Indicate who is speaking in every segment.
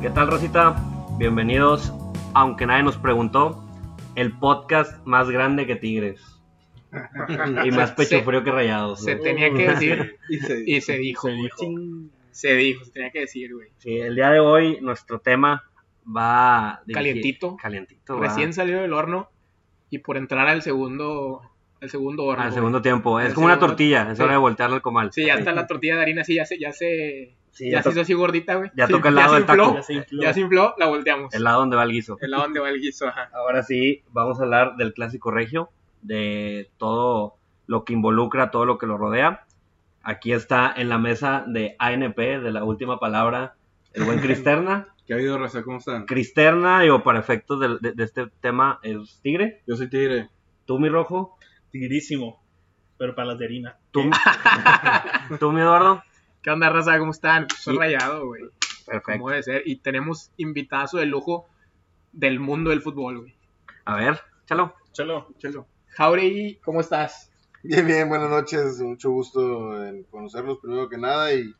Speaker 1: ¿Qué tal, Rosita? Bienvenidos, aunque nadie nos preguntó, el podcast más grande que Tigres. Y más pecho
Speaker 2: Se-
Speaker 1: frío que rayados.
Speaker 2: Se
Speaker 1: ¿no?
Speaker 2: tenía que decir
Speaker 3: Y se-
Speaker 2: y se dijo, güey.
Speaker 1: Ching.
Speaker 2: Se dijo, se tenía que decir, güey.
Speaker 1: Sí, el día de hoy nuestro tema va dirigi-
Speaker 2: Calientito.
Speaker 1: Calientito. va
Speaker 2: Recién salido del horno y por entrar al segundo al segundo horno.
Speaker 1: al
Speaker 2: güey.
Speaker 1: segundo tiempo. Es
Speaker 2: Al
Speaker 1: como una
Speaker 2: segundo-
Speaker 1: tortilla, es
Speaker 2: sí.
Speaker 1: hora de voltearla al comal.
Speaker 2: Sí, ya está la tortilla de harina, sí, ya se ya se
Speaker 1: Sí, ya
Speaker 2: ya, se
Speaker 1: to-
Speaker 2: hizo así gordita, güey.
Speaker 1: ya
Speaker 2: Sí,
Speaker 1: toca el lado
Speaker 2: se
Speaker 1: del taco.
Speaker 2: infló,
Speaker 1: Ya se infló.
Speaker 2: Ya se infló, la volteamos.
Speaker 1: El lado donde va el guiso.
Speaker 2: El lado donde va el guiso, ajá.
Speaker 1: Ahora sí, vamos a hablar del clásico regio, de todo lo que involucra, todo lo que lo rodea. Aquí está en la mesa de ANP, de la última palabra, el buen Cristerna.
Speaker 3: ¿Qué ha habido, Raza? ¿Cómo están?
Speaker 1: Cristerna, digo, para efectos del- de, de este tema, es Tigre.
Speaker 3: Yo soy Tigre.
Speaker 1: Tú, mi Rojo.
Speaker 4: Tigrísimo, pero para las de harina.
Speaker 1: Tú, tú mi Eduardo.
Speaker 2: ¿Qué onda, raza? ¿Cómo están? Soy
Speaker 1: Sí.
Speaker 2: rayado, güey.
Speaker 1: Perfecto.
Speaker 2: Como debe ser. Y tenemos invitazo de lujo del mundo del fútbol, güey.
Speaker 1: A ver, chalo.
Speaker 4: Chalo,
Speaker 2: Chelo. Jauregui, ¿cómo estás?
Speaker 5: Bien, bien, buenas noches, mucho gusto en conocerlos primero que nada y,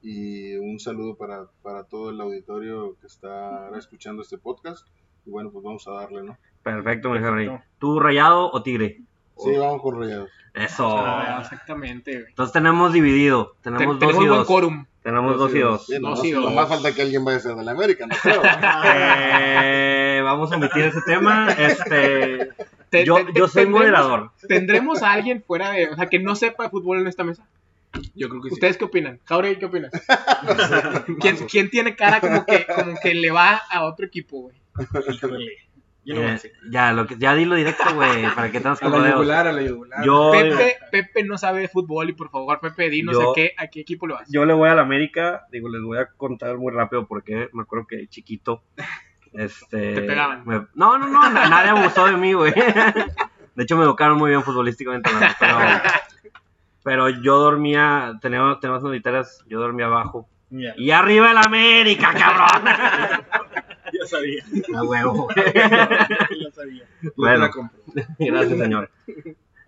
Speaker 5: y un saludo para, para todo el auditorio que está ahora escuchando este podcast. Y bueno, pues vamos a darle, ¿no?
Speaker 1: Perfecto, mi Henry. ¿Tú, Rayado o Tigre?
Speaker 5: Sí,
Speaker 2: Oh.
Speaker 5: vamos con Rayados.
Speaker 1: Eso.
Speaker 2: Ah, exactamente, güey.
Speaker 1: Entonces tenemos dividido. Tenemos
Speaker 2: Ten-
Speaker 1: dos
Speaker 2: tenemos
Speaker 1: y
Speaker 2: buen
Speaker 1: dos.
Speaker 2: quórum.
Speaker 1: Tenemos dos y dos.
Speaker 5: Bien,
Speaker 2: No,
Speaker 5: nomás-
Speaker 2: sí, dos.
Speaker 5: nomás falta que alguien vaya a ser de la América, no creo.
Speaker 1: Eh, vamos a omitir ese tema. Este,
Speaker 2: Te-
Speaker 1: yo, yo
Speaker 2: te- te-
Speaker 1: soy
Speaker 2: tendremos-
Speaker 1: moderador.
Speaker 2: ¿Tendremos a alguien fuera de, o sea, que no sepa de fútbol en esta mesa?
Speaker 3: Yo creo que sí.
Speaker 2: ¿Ustedes qué opinan? Jauregui, ¿qué opinas? ¿Quién, quién tiene cara como que, como que le va a otro equipo, güey?
Speaker 4: híjole. Yo no
Speaker 1: Eh,
Speaker 4: sé.
Speaker 1: ya, lo que, ya dilo directo, güey, para que tengas
Speaker 3: A la
Speaker 1: rodeos.
Speaker 3: yugular, a la yugular.
Speaker 1: Yo,
Speaker 2: Pepe, Pepe no sabe de fútbol y por favor, Pepe, dinos
Speaker 1: Yo-
Speaker 2: a, qué, a qué equipo le vas.
Speaker 1: yo le voy a la América, digo, les voy a contar muy rápido porque me acuerdo que de chiquito. Este,
Speaker 2: Te pegaban.
Speaker 1: me- no, no, no, na- nadie abusó de mí, güey. De hecho, me educaron muy bien futbolísticamente. hablando, Pero, pero yo dormía, teníamos, teníamos unitarias, yo dormía abajo.
Speaker 4: Mira,
Speaker 1: Y arriba el América, cabrón.
Speaker 4: ya sabía.
Speaker 1: A huevo.
Speaker 4: ya sabía.
Speaker 3: Yo te
Speaker 1: Bueno,
Speaker 3: la compro.
Speaker 1: Gracias, señor.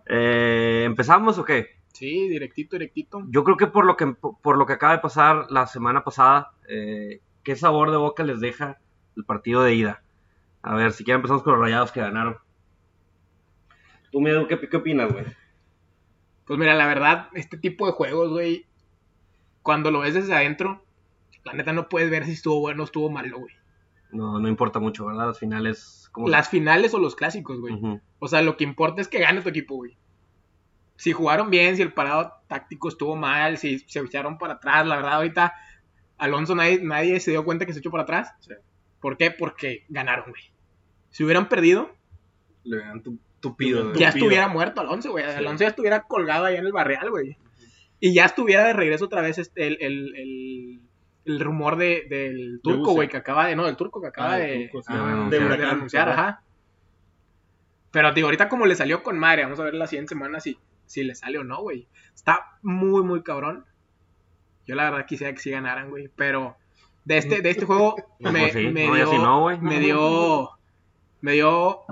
Speaker 1: Eh, ¿Empezamos o qué?
Speaker 2: Sí, directito, directito.
Speaker 1: Yo creo que por lo que, por lo que acaba de pasar la semana pasada, eh, ¿qué sabor de boca les deja el partido de ida? A ver, si quieren empezamos con los rayados que ganaron. Tú, Miedo, ¿qué, qué opinas, güey?
Speaker 2: Pues mira, la verdad, este tipo de juegos, güey, cuando lo ves desde adentro, la neta no puedes ver si estuvo bueno o estuvo malo, güey.
Speaker 1: No, no importa mucho, ¿verdad? Las finales... como
Speaker 2: Las finales o los clásicos, güey.
Speaker 1: Ujú.
Speaker 2: O sea, lo que importa es que gane tu equipo, güey. Si jugaron bien, si el parado táctico estuvo mal, si se echaron para atrás, la verdad, ahorita Alonso nadie, nadie se dio cuenta que se echó para atrás.
Speaker 3: Sí.
Speaker 2: ¿Por qué? Porque ganaron, güey. Si hubieran perdido,
Speaker 3: Le vean tu- tupido.
Speaker 2: ya
Speaker 3: güey.
Speaker 4: Tupido.
Speaker 2: estuviera muerto Alonso, güey. Alonso ya estuviera colgado ahí en el barrial, güey. Y ya estuviera de regreso otra vez este, el, el- el- el rumor de- del turco,
Speaker 4: Buse.
Speaker 2: güey, que acaba de. No, del turco que acaba
Speaker 4: Ah, del
Speaker 2: de,
Speaker 4: turco, sí.
Speaker 1: Ah,
Speaker 2: de
Speaker 1: bueno,
Speaker 2: de
Speaker 1: sí.
Speaker 2: huracán,
Speaker 4: de
Speaker 2: anunciar, ajá. Pero digo, ahorita como le salió con madre, vamos a ver la siguiente semana si, si le sale o no, güey. Está muy, muy cabrón. Yo la verdad quisiera que sí ganaran, güey. Pero de este, de este juego
Speaker 1: No,
Speaker 2: me,
Speaker 1: pues sí.
Speaker 2: me
Speaker 1: No, ya
Speaker 2: dio,
Speaker 1: si no, güey.
Speaker 2: me dio, me dio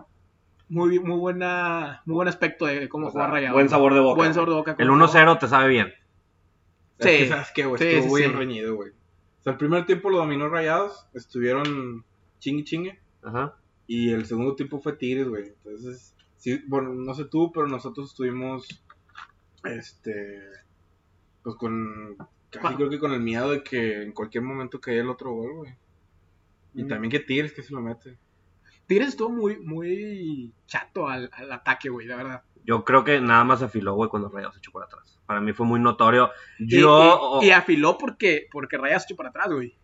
Speaker 2: muy, muy buena, muy buen aspecto de cómo
Speaker 1: O sea,
Speaker 2: jugar rayado.
Speaker 1: Buen sabor de boca.
Speaker 2: Buen sabor de boca.
Speaker 1: El 1-0 te sabe bien.
Speaker 3: Es que,
Speaker 2: Sí.
Speaker 3: ¿Sabes qué, güey?
Speaker 2: Sí,
Speaker 3: Estuvo
Speaker 2: sí,
Speaker 3: muy
Speaker 2: sí.
Speaker 3: reñido, güey. O sea, el primer tiempo lo dominó Rayados. Estuvieron chingue chingue.
Speaker 1: Ajá.
Speaker 3: Y el segundo tiempo fue Tigres, güey. Entonces, sí, bueno, no sé tú, pero nosotros estuvimos, este, pues con, casi
Speaker 2: Bueno.
Speaker 3: creo que con el miedo de que en cualquier momento caía el otro gol, güey. Y
Speaker 2: Mm.
Speaker 3: también que Tigres que se lo mete.
Speaker 2: Tigres estuvo muy, muy chato al, al ataque, güey, la verdad.
Speaker 1: Yo creo que nada más afiló, güey, cuando Rayados se echó por atrás. Para mí fue muy notorio.
Speaker 2: Y,
Speaker 1: Yo...
Speaker 2: y- y afiló porque, porque Rayas echó para atrás, güey.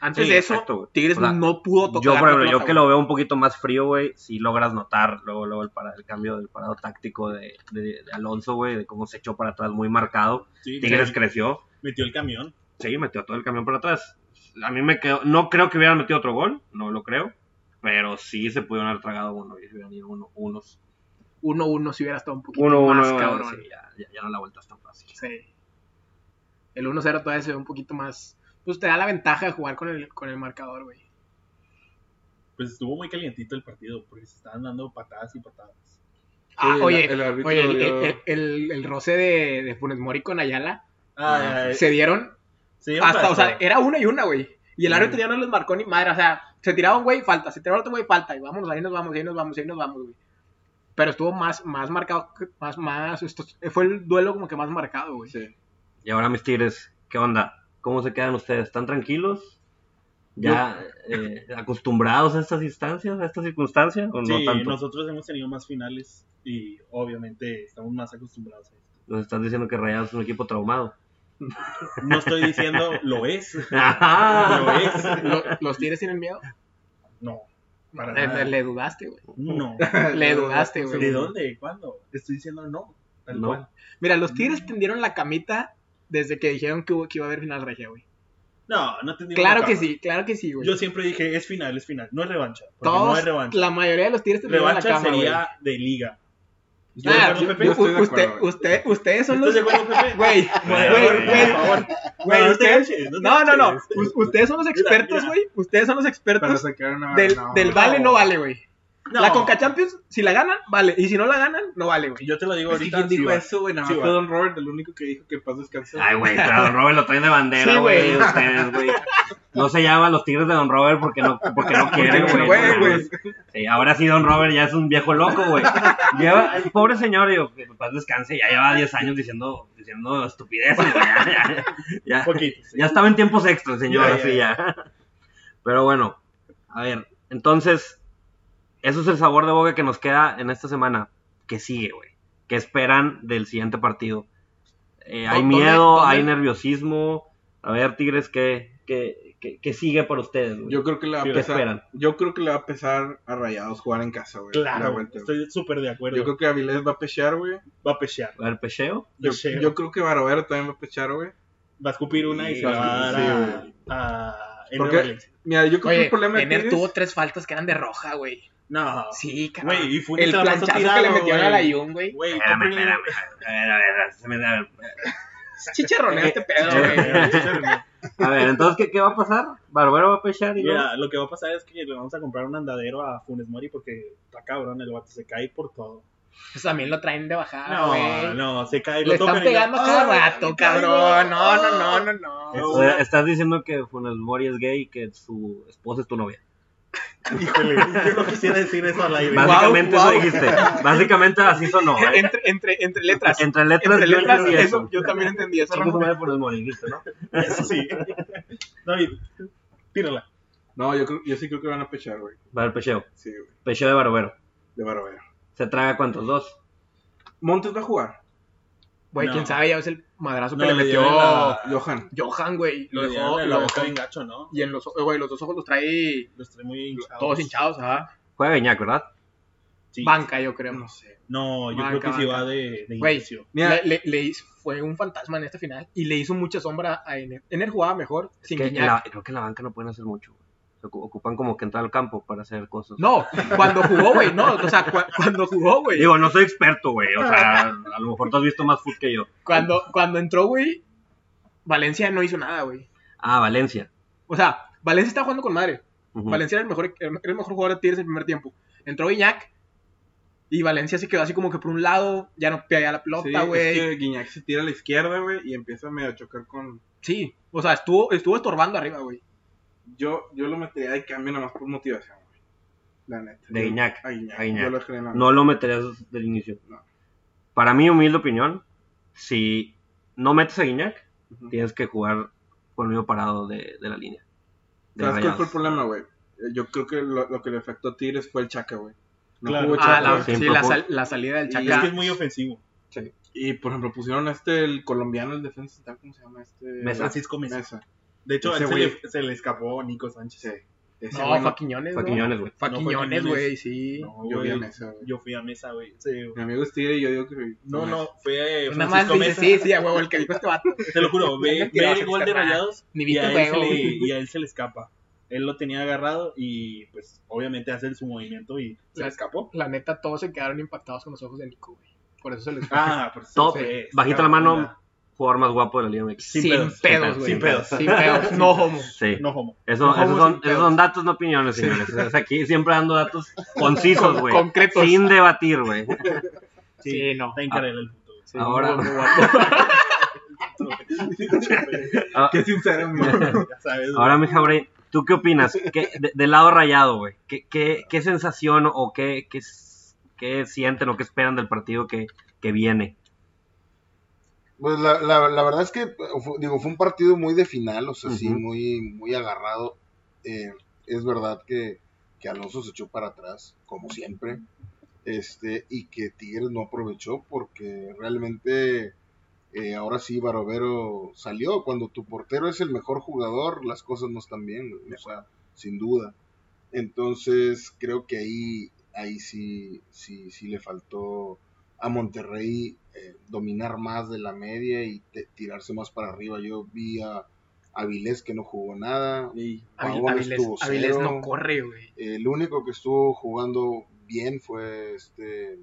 Speaker 2: Antes
Speaker 1: Sí,
Speaker 2: de eso,
Speaker 1: exacto, güey.
Speaker 2: Tigres
Speaker 1: O sea,
Speaker 2: no pudo tocar.
Speaker 1: Yo, por
Speaker 2: la
Speaker 1: ejemplo, yo
Speaker 2: pelota,
Speaker 1: que
Speaker 2: güey.
Speaker 1: lo veo un poquito más frío, güey, sí logras notar luego, luego el, para, el cambio del parado táctico de, de- de Alonso, güey, de cómo se echó para atrás muy marcado.
Speaker 4: Sí,
Speaker 1: Tigres
Speaker 4: mira,
Speaker 1: creció,
Speaker 4: metió el camión.
Speaker 1: sí, metió todo el camión para atrás. A mí me quedó, no creo que hubieran metido otro gol, no lo creo, pero sí se pudieron haber tragado uno y se hubieran ido uno, unos.
Speaker 2: 1-1 si hubiera estado un poquito
Speaker 1: Uno, uno,
Speaker 2: más
Speaker 1: eh,
Speaker 2: cabrón.
Speaker 1: sí, ya, ya, ya no la vuelta es tan fácil.
Speaker 2: Sí. El 1-0 todavía se ve un poquito más. Pues te da la ventaja de jugar con el, con el marcador, güey.
Speaker 4: Pues estuvo muy calientito el partido porque se estaban dando patadas y patadas.
Speaker 2: Ah,
Speaker 3: el-
Speaker 2: oye,
Speaker 3: el árbitro
Speaker 2: oye, eh, el,
Speaker 3: dio-
Speaker 2: el- el- el roce de, de Funes Mori con Ayala
Speaker 4: Ah,
Speaker 2: se dieron
Speaker 1: Eh,
Speaker 4: se dieron
Speaker 2: hasta, o sea, eh,
Speaker 4: patadas.
Speaker 2: era una y una, güey. Y
Speaker 4: Mm.
Speaker 2: el árbitro ya no les marcó ni madre. O sea, se tiraba un güey, falta. Se tiraba otro güey, falta. Y vámonos, ahí nos vamos, ahí nos vamos, ahí nos vamos, güey. Pero estuvo más, más marcado, que- más, más. Esto, fue el duelo como que más marcado, güey.
Speaker 3: Sí.
Speaker 1: Y ahora mis tigres, ¿qué onda? ¿Cómo se quedan ustedes? ¿Están tranquilos? ¿Ya eh, acostumbrados a estas instancias, a estas circunstancias? ¿O
Speaker 4: Sí,
Speaker 1: no tanto?
Speaker 4: nosotros hemos tenido más finales y obviamente estamos más acostumbrados a esto.
Speaker 1: Nos estás diciendo que Rayados es un equipo traumado.
Speaker 4: No estoy diciendo lo es,
Speaker 1: Ajá.
Speaker 4: lo es.
Speaker 2: Lo- ¿Los tigres tienen miedo?
Speaker 4: No, para
Speaker 2: Le,
Speaker 4: nada.
Speaker 2: le- le dudaste, güey.
Speaker 4: No.
Speaker 2: eh, Le dudaste, güey.
Speaker 4: ¿De dónde? ¿Cuándo? Te estoy diciendo no. Tal
Speaker 1: No.
Speaker 4: cual.
Speaker 2: Mira, los tigres tendieron la camita desde que dijeron que, hubo- que iba a haber final regia, güey.
Speaker 4: No, no te digo
Speaker 2: Claro
Speaker 4: nada.
Speaker 2: que sí, claro que sí, güey.
Speaker 4: Yo siempre dije, es final, es final. No es revancha. Porque no
Speaker 2: Todos,
Speaker 4: es revancha.
Speaker 2: la mayoría de los tigres tendieron
Speaker 4: Revancha
Speaker 2: la cama, güey.
Speaker 4: sería de liga. ¿Estás
Speaker 2: Ah,
Speaker 4: de acuerdo, Pepe?
Speaker 2: u-
Speaker 3: estoy de acuerdo,
Speaker 2: usted-
Speaker 3: güey.
Speaker 2: usted- ustedes son los...
Speaker 4: ¿Estás de acuerdo, Pepe?
Speaker 2: Güey,
Speaker 4: Bueno,
Speaker 2: güey,
Speaker 4: bueno,
Speaker 2: güey,
Speaker 4: por favor.
Speaker 2: güey,
Speaker 4: No, no te
Speaker 2: ustedes...
Speaker 4: eches, te
Speaker 2: No, no, no.
Speaker 4: eches.
Speaker 2: U- Ustedes son los expertos,
Speaker 4: mira.
Speaker 2: güey. Ustedes son los
Speaker 3: Pero
Speaker 2: expertos
Speaker 3: se quedaron a
Speaker 2: del,
Speaker 3: no,
Speaker 2: del
Speaker 3: no.
Speaker 2: vale, no vale, güey.
Speaker 4: No,
Speaker 2: La Conca Champions, si la ganan, vale. Y si no la ganan, no vale, güey.
Speaker 4: Yo te lo digo
Speaker 3: Es que
Speaker 4: ahorita.
Speaker 3: ¿Quién dijo
Speaker 4: sí va.
Speaker 3: eso, güey? Nada
Speaker 4: Sí
Speaker 3: más
Speaker 4: va.
Speaker 3: fue Don Robert, el único que dijo que paz descanse.
Speaker 1: Ay, güey, pero Don Robert lo traen de bandera,
Speaker 2: Sí,
Speaker 1: güey.
Speaker 2: güey.
Speaker 1: ustedes, güey. No se llama los tigres de Don Robert porque no, porque no quieren,
Speaker 2: Porque no
Speaker 1: güey.
Speaker 2: pueden,
Speaker 1: No,
Speaker 2: güey.
Speaker 1: Sí, ahora sí Don Robert ya es un viejo loco, güey. Lleva, pobre señor, digo, que en paz descanse, ya lleva 10 años diciendo, diciendo estupideces, güey. Ya, ya, ya.
Speaker 4: Poquito.
Speaker 1: Ya estaba en tiempos extras, señor,
Speaker 4: Ya, ya,
Speaker 1: así ya. Pero bueno, a ver, entonces, eso es el sabor de boca que nos queda en esta semana. ¿Qué sigue, güey? ¿Qué esperan del siguiente partido? Eh, ¿Hay
Speaker 2: ¿Dónde-
Speaker 1: miedo?
Speaker 2: dónde-
Speaker 1: ¿Hay nerviosismo? A ver, Tigres, ¿qué, qué, qué- qué sigue para ustedes, güey?
Speaker 3: Yo creo que le va a
Speaker 4: ¿Qué
Speaker 3: pesar.
Speaker 1: esperan?
Speaker 3: Yo creo que le va a pesar a Rayados jugar en casa, güey. la
Speaker 4: Claro,
Speaker 3: vuelta, güey.
Speaker 4: estoy súper de acuerdo.
Speaker 3: Yo creo que Avilés va a pechar, güey.
Speaker 4: Va a pechear.
Speaker 1: A ver, Pecheo.
Speaker 3: Yo,
Speaker 4: Pecheo.
Speaker 3: yo creo que Barovero también va a pechar, güey.
Speaker 4: Va a escupir una y
Speaker 3: Sí,
Speaker 4: se la va a
Speaker 3: sí,
Speaker 4: dar
Speaker 3: güey.
Speaker 4: a... a... Ener
Speaker 3: Porque-
Speaker 4: Valencia.
Speaker 3: Mira, yo creo que
Speaker 2: Oye,
Speaker 3: el problema de
Speaker 2: Ener
Speaker 3: Tigres-
Speaker 2: tuvo tres faltas que eran de roja, güey.
Speaker 4: No.
Speaker 2: Sí, cabrón.
Speaker 4: Güey, y fue un
Speaker 2: el
Speaker 4: clavazo
Speaker 2: planchazo que
Speaker 4: tirado,
Speaker 2: le metieron a la
Speaker 4: güey.
Speaker 2: Jun, güey.
Speaker 4: Güey,
Speaker 1: Espérame,
Speaker 4: cómprenle-
Speaker 1: espérame. A ver, a ver, se me- a ver.
Speaker 2: Chicharroneo este pedo, güey.
Speaker 1: A ver, entonces, ¿qué, qué va a pasar? ¿Barbero va a pechar y luego?
Speaker 4: Mira, lo que va a pasar es que le vamos a comprar un andadero a Funes Mori porque está cabrón, el vato se cae por todo.
Speaker 2: Pues también lo traen de bajada, güey.
Speaker 4: No, no, se cae.
Speaker 2: Le
Speaker 4: lo
Speaker 2: están
Speaker 4: tocan y le-
Speaker 2: pegando a cada
Speaker 4: ¡Ay,
Speaker 2: rato,
Speaker 4: me caigo!
Speaker 2: cabrón. No, no, no, no,
Speaker 4: Es-
Speaker 2: no.
Speaker 1: O sea, estás diciendo que Funes Mori es gay y que su esposa es tu novia.
Speaker 4: Híjole, yo no quisiera decir eso al aire.
Speaker 2: Vas-
Speaker 1: Básicamente
Speaker 2: Wow,
Speaker 1: eso
Speaker 2: wow.
Speaker 1: dijiste. Básicamente así sonó. ¿eh?
Speaker 2: Entre, entre, entre letras.
Speaker 1: Entre letras,
Speaker 2: Entre
Speaker 1: yo
Speaker 2: letras,
Speaker 1: entendí
Speaker 2: eso, yo también entendí eso.
Speaker 1: Chingue su madre Funes Mori, listo, ¿no?
Speaker 4: Eso sí. David, tírala.
Speaker 3: No, yo, creo, yo sí creo que van a pechar, güey.
Speaker 1: Va el pecheo.
Speaker 3: Sí, güey.
Speaker 1: Pecheo de Barbero.
Speaker 3: De Barovero.
Speaker 1: ¿Se traga cuántos? ¿Dos?
Speaker 3: Montes va a jugar.
Speaker 2: Güey,
Speaker 4: No.
Speaker 2: quién sabe, ya ves el madrazo que
Speaker 4: No,
Speaker 2: le
Speaker 4: le
Speaker 2: metió
Speaker 4: dieron la-
Speaker 3: Johan.
Speaker 2: Johan, güey. Lo dejó,
Speaker 4: la
Speaker 2: lo
Speaker 4: boca
Speaker 2: dejó.
Speaker 4: bien gacho, ¿no?
Speaker 2: Y en los, o- güey, los dos ojos los trae
Speaker 4: Los tres muy hinchados.
Speaker 2: todos hinchados, ajá.
Speaker 1: Juega Iñak, ¿verdad?
Speaker 4: Sí.
Speaker 2: Banca, yo creo.
Speaker 3: No sé.
Speaker 4: No, yo
Speaker 2: Banca,
Speaker 4: creo que sí
Speaker 2: banca.
Speaker 4: va de, de
Speaker 2: Güey.
Speaker 4: inicio.
Speaker 3: Mira,
Speaker 2: Le, le- le hizo- fue un fantasma en esta final y le hizo mucha sombra a Ener. Ener jugaba mejor sin
Speaker 1: Que en
Speaker 2: Guiñac.
Speaker 1: la- creo que en la banca no pueden hacer mucho. güey. Se ocu- ocupan como que entrar al campo para hacer cosas.
Speaker 2: No, cuando jugó, güey, no, o sea, cu- cuando jugó, güey.
Speaker 1: Digo, no soy experto, güey. O sea, a lo mejor tú has visto más fútbol que yo.
Speaker 2: Cuando, cuando entró, güey, Valencia no hizo nada, güey.
Speaker 1: Ah, Valencia.
Speaker 2: O sea, Valencia estaba jugando con madre.
Speaker 1: Ujú.
Speaker 2: Valencia era el mejor, era el mejor jugador de Tigres en el primer tiempo. Entró Guiñac y Valencia se quedó así como que por un lado, ya no pega la
Speaker 3: sí,
Speaker 2: pelota, güey.
Speaker 3: es que Guiñac se tira a la izquierda, güey, y empieza medio a chocar con...
Speaker 2: Sí, o sea, estuvo, estuvo estorbando arriba, güey.
Speaker 3: Yo, yo lo metería de cambio nada más por motivación, güey. La neta.
Speaker 1: De
Speaker 3: Yo-
Speaker 1: Guiñac.
Speaker 3: A Guiñac.
Speaker 1: A Guiñac.
Speaker 3: Yo lo dejaría en la
Speaker 1: No lo meterías del inicio.
Speaker 3: No.
Speaker 1: Para mi humilde opinión, si no metes a Guiñac,
Speaker 3: Ujú.
Speaker 1: tienes que jugar con medio parado de, de la línea. De
Speaker 3: ¿Sabes cuál
Speaker 1: Rayados.
Speaker 3: fue el problema, güey? Eh, Yo creo que lo, lo que le afectó a Tigres fue el Chaca, güey. No
Speaker 4: Claro.
Speaker 3: jugó
Speaker 2: Ah,
Speaker 3: Chaca.
Speaker 2: la,
Speaker 3: güey.
Speaker 1: sí,
Speaker 2: sí, la,
Speaker 1: por-
Speaker 2: sal- la salida del
Speaker 3: Y
Speaker 4: Es
Speaker 2: Chaca.
Speaker 4: que es muy ofensivo.
Speaker 3: Y, por ejemplo, pusieron a este, el colombiano, el defensa central, ¿cómo se llama este?
Speaker 1: Mesa.
Speaker 4: Francisco Mesa.
Speaker 3: Mesa.
Speaker 4: De hecho, a él
Speaker 3: Ese
Speaker 4: se
Speaker 3: güey-
Speaker 4: le, se le escapó Nico Sánchez.
Speaker 3: Sí. Ese
Speaker 2: No,
Speaker 3: güey
Speaker 2: fue a Quiñones,
Speaker 1: Fue
Speaker 2: ¿no?
Speaker 1: Quiñones, güey.
Speaker 2: Fue a
Speaker 4: No, fue
Speaker 2: Quiñones,
Speaker 4: Quiñones.
Speaker 2: güey, sí.
Speaker 4: No,
Speaker 3: Yo vi a
Speaker 4: güey.
Speaker 3: Mesa, güey.
Speaker 4: Yo fui a mesa, güey.
Speaker 3: Mi amigo es Tigre y yo digo que...
Speaker 4: No, no, fue
Speaker 2: Nada más
Speaker 4: Francisco
Speaker 2: dice,
Speaker 4: Mesa.
Speaker 2: sí, sí, a huevo, el que dijo este vato.
Speaker 4: Te lo juro, ve,
Speaker 2: Mentira,
Speaker 4: ve
Speaker 2: vas a
Speaker 4: el gol de
Speaker 2: externar.
Speaker 4: Rayados
Speaker 2: Ni
Speaker 4: y
Speaker 2: viste
Speaker 4: a,
Speaker 2: el
Speaker 4: él se
Speaker 2: juego,
Speaker 4: le,
Speaker 2: güey.
Speaker 4: y a él se le escapa. Él lo tenía agarrado y pues obviamente hace su movimiento y se le
Speaker 2: La-
Speaker 4: escapó.
Speaker 2: La neta, todos se quedaron impactados con los ojos de Nico, güey. Por eso se les
Speaker 4: Ah, por eso
Speaker 1: Top.
Speaker 4: fue-
Speaker 1: Bajita la mano, jugador más guapo de la Liga MX.
Speaker 4: sin
Speaker 2: sin,
Speaker 4: pedos, sin
Speaker 2: pedos,
Speaker 1: pedos,
Speaker 2: güey.
Speaker 4: sin pedos.
Speaker 2: Sin pedos. No homo.
Speaker 1: Sí.
Speaker 4: No homo.
Speaker 1: Eso, esos,
Speaker 2: Nos vamos
Speaker 1: son,
Speaker 2: sin pedos.
Speaker 1: esos son datos, no opiniones, señores. Es Aquí siempre dando datos concisos, güey.
Speaker 2: concretos.
Speaker 1: Sin debatir, güey.
Speaker 2: Sí, no.
Speaker 1: Ah.
Speaker 4: Está en carrera el puto.
Speaker 2: Sí,
Speaker 1: Ahora-
Speaker 2: muy guapo.
Speaker 1: Ah,
Speaker 3: Qué sincero, mi amor.
Speaker 4: Ya sabes. güey.
Speaker 1: Ahora, mi Jauregui, ¿tú qué opinas? ¿Qué- de- del lado rayado, güey. ¿Qué, qué, qué sensación o qué, qué, s- qué sienten o qué esperan del partido que, que viene?
Speaker 5: Pues la, la, la verdad es que fu- digo, fue un partido muy de final, o sea, sí,
Speaker 1: Ujú.
Speaker 5: muy, muy agarrado. Eh, es verdad que, que Alonso se echó para atrás, como siempre, este, y que Tigres no aprovechó porque realmente eh, ahora sí Barovero salió. Cuando tu portero es el mejor jugador, las cosas no están bien, güey, o sea, sin duda. Entonces, creo que ahí, ahí sí, sí, sí le faltó a Monterrey eh, dominar más de la media y te- tirarse más para arriba. Yo vi a Avilés que no jugó nada.
Speaker 3: Y
Speaker 2: Ah,
Speaker 5: Pavón
Speaker 2: Avilés,
Speaker 5: estuvo
Speaker 2: Avilés
Speaker 5: cero.
Speaker 2: no corre, güey.
Speaker 5: El único que estuvo jugando bien fue este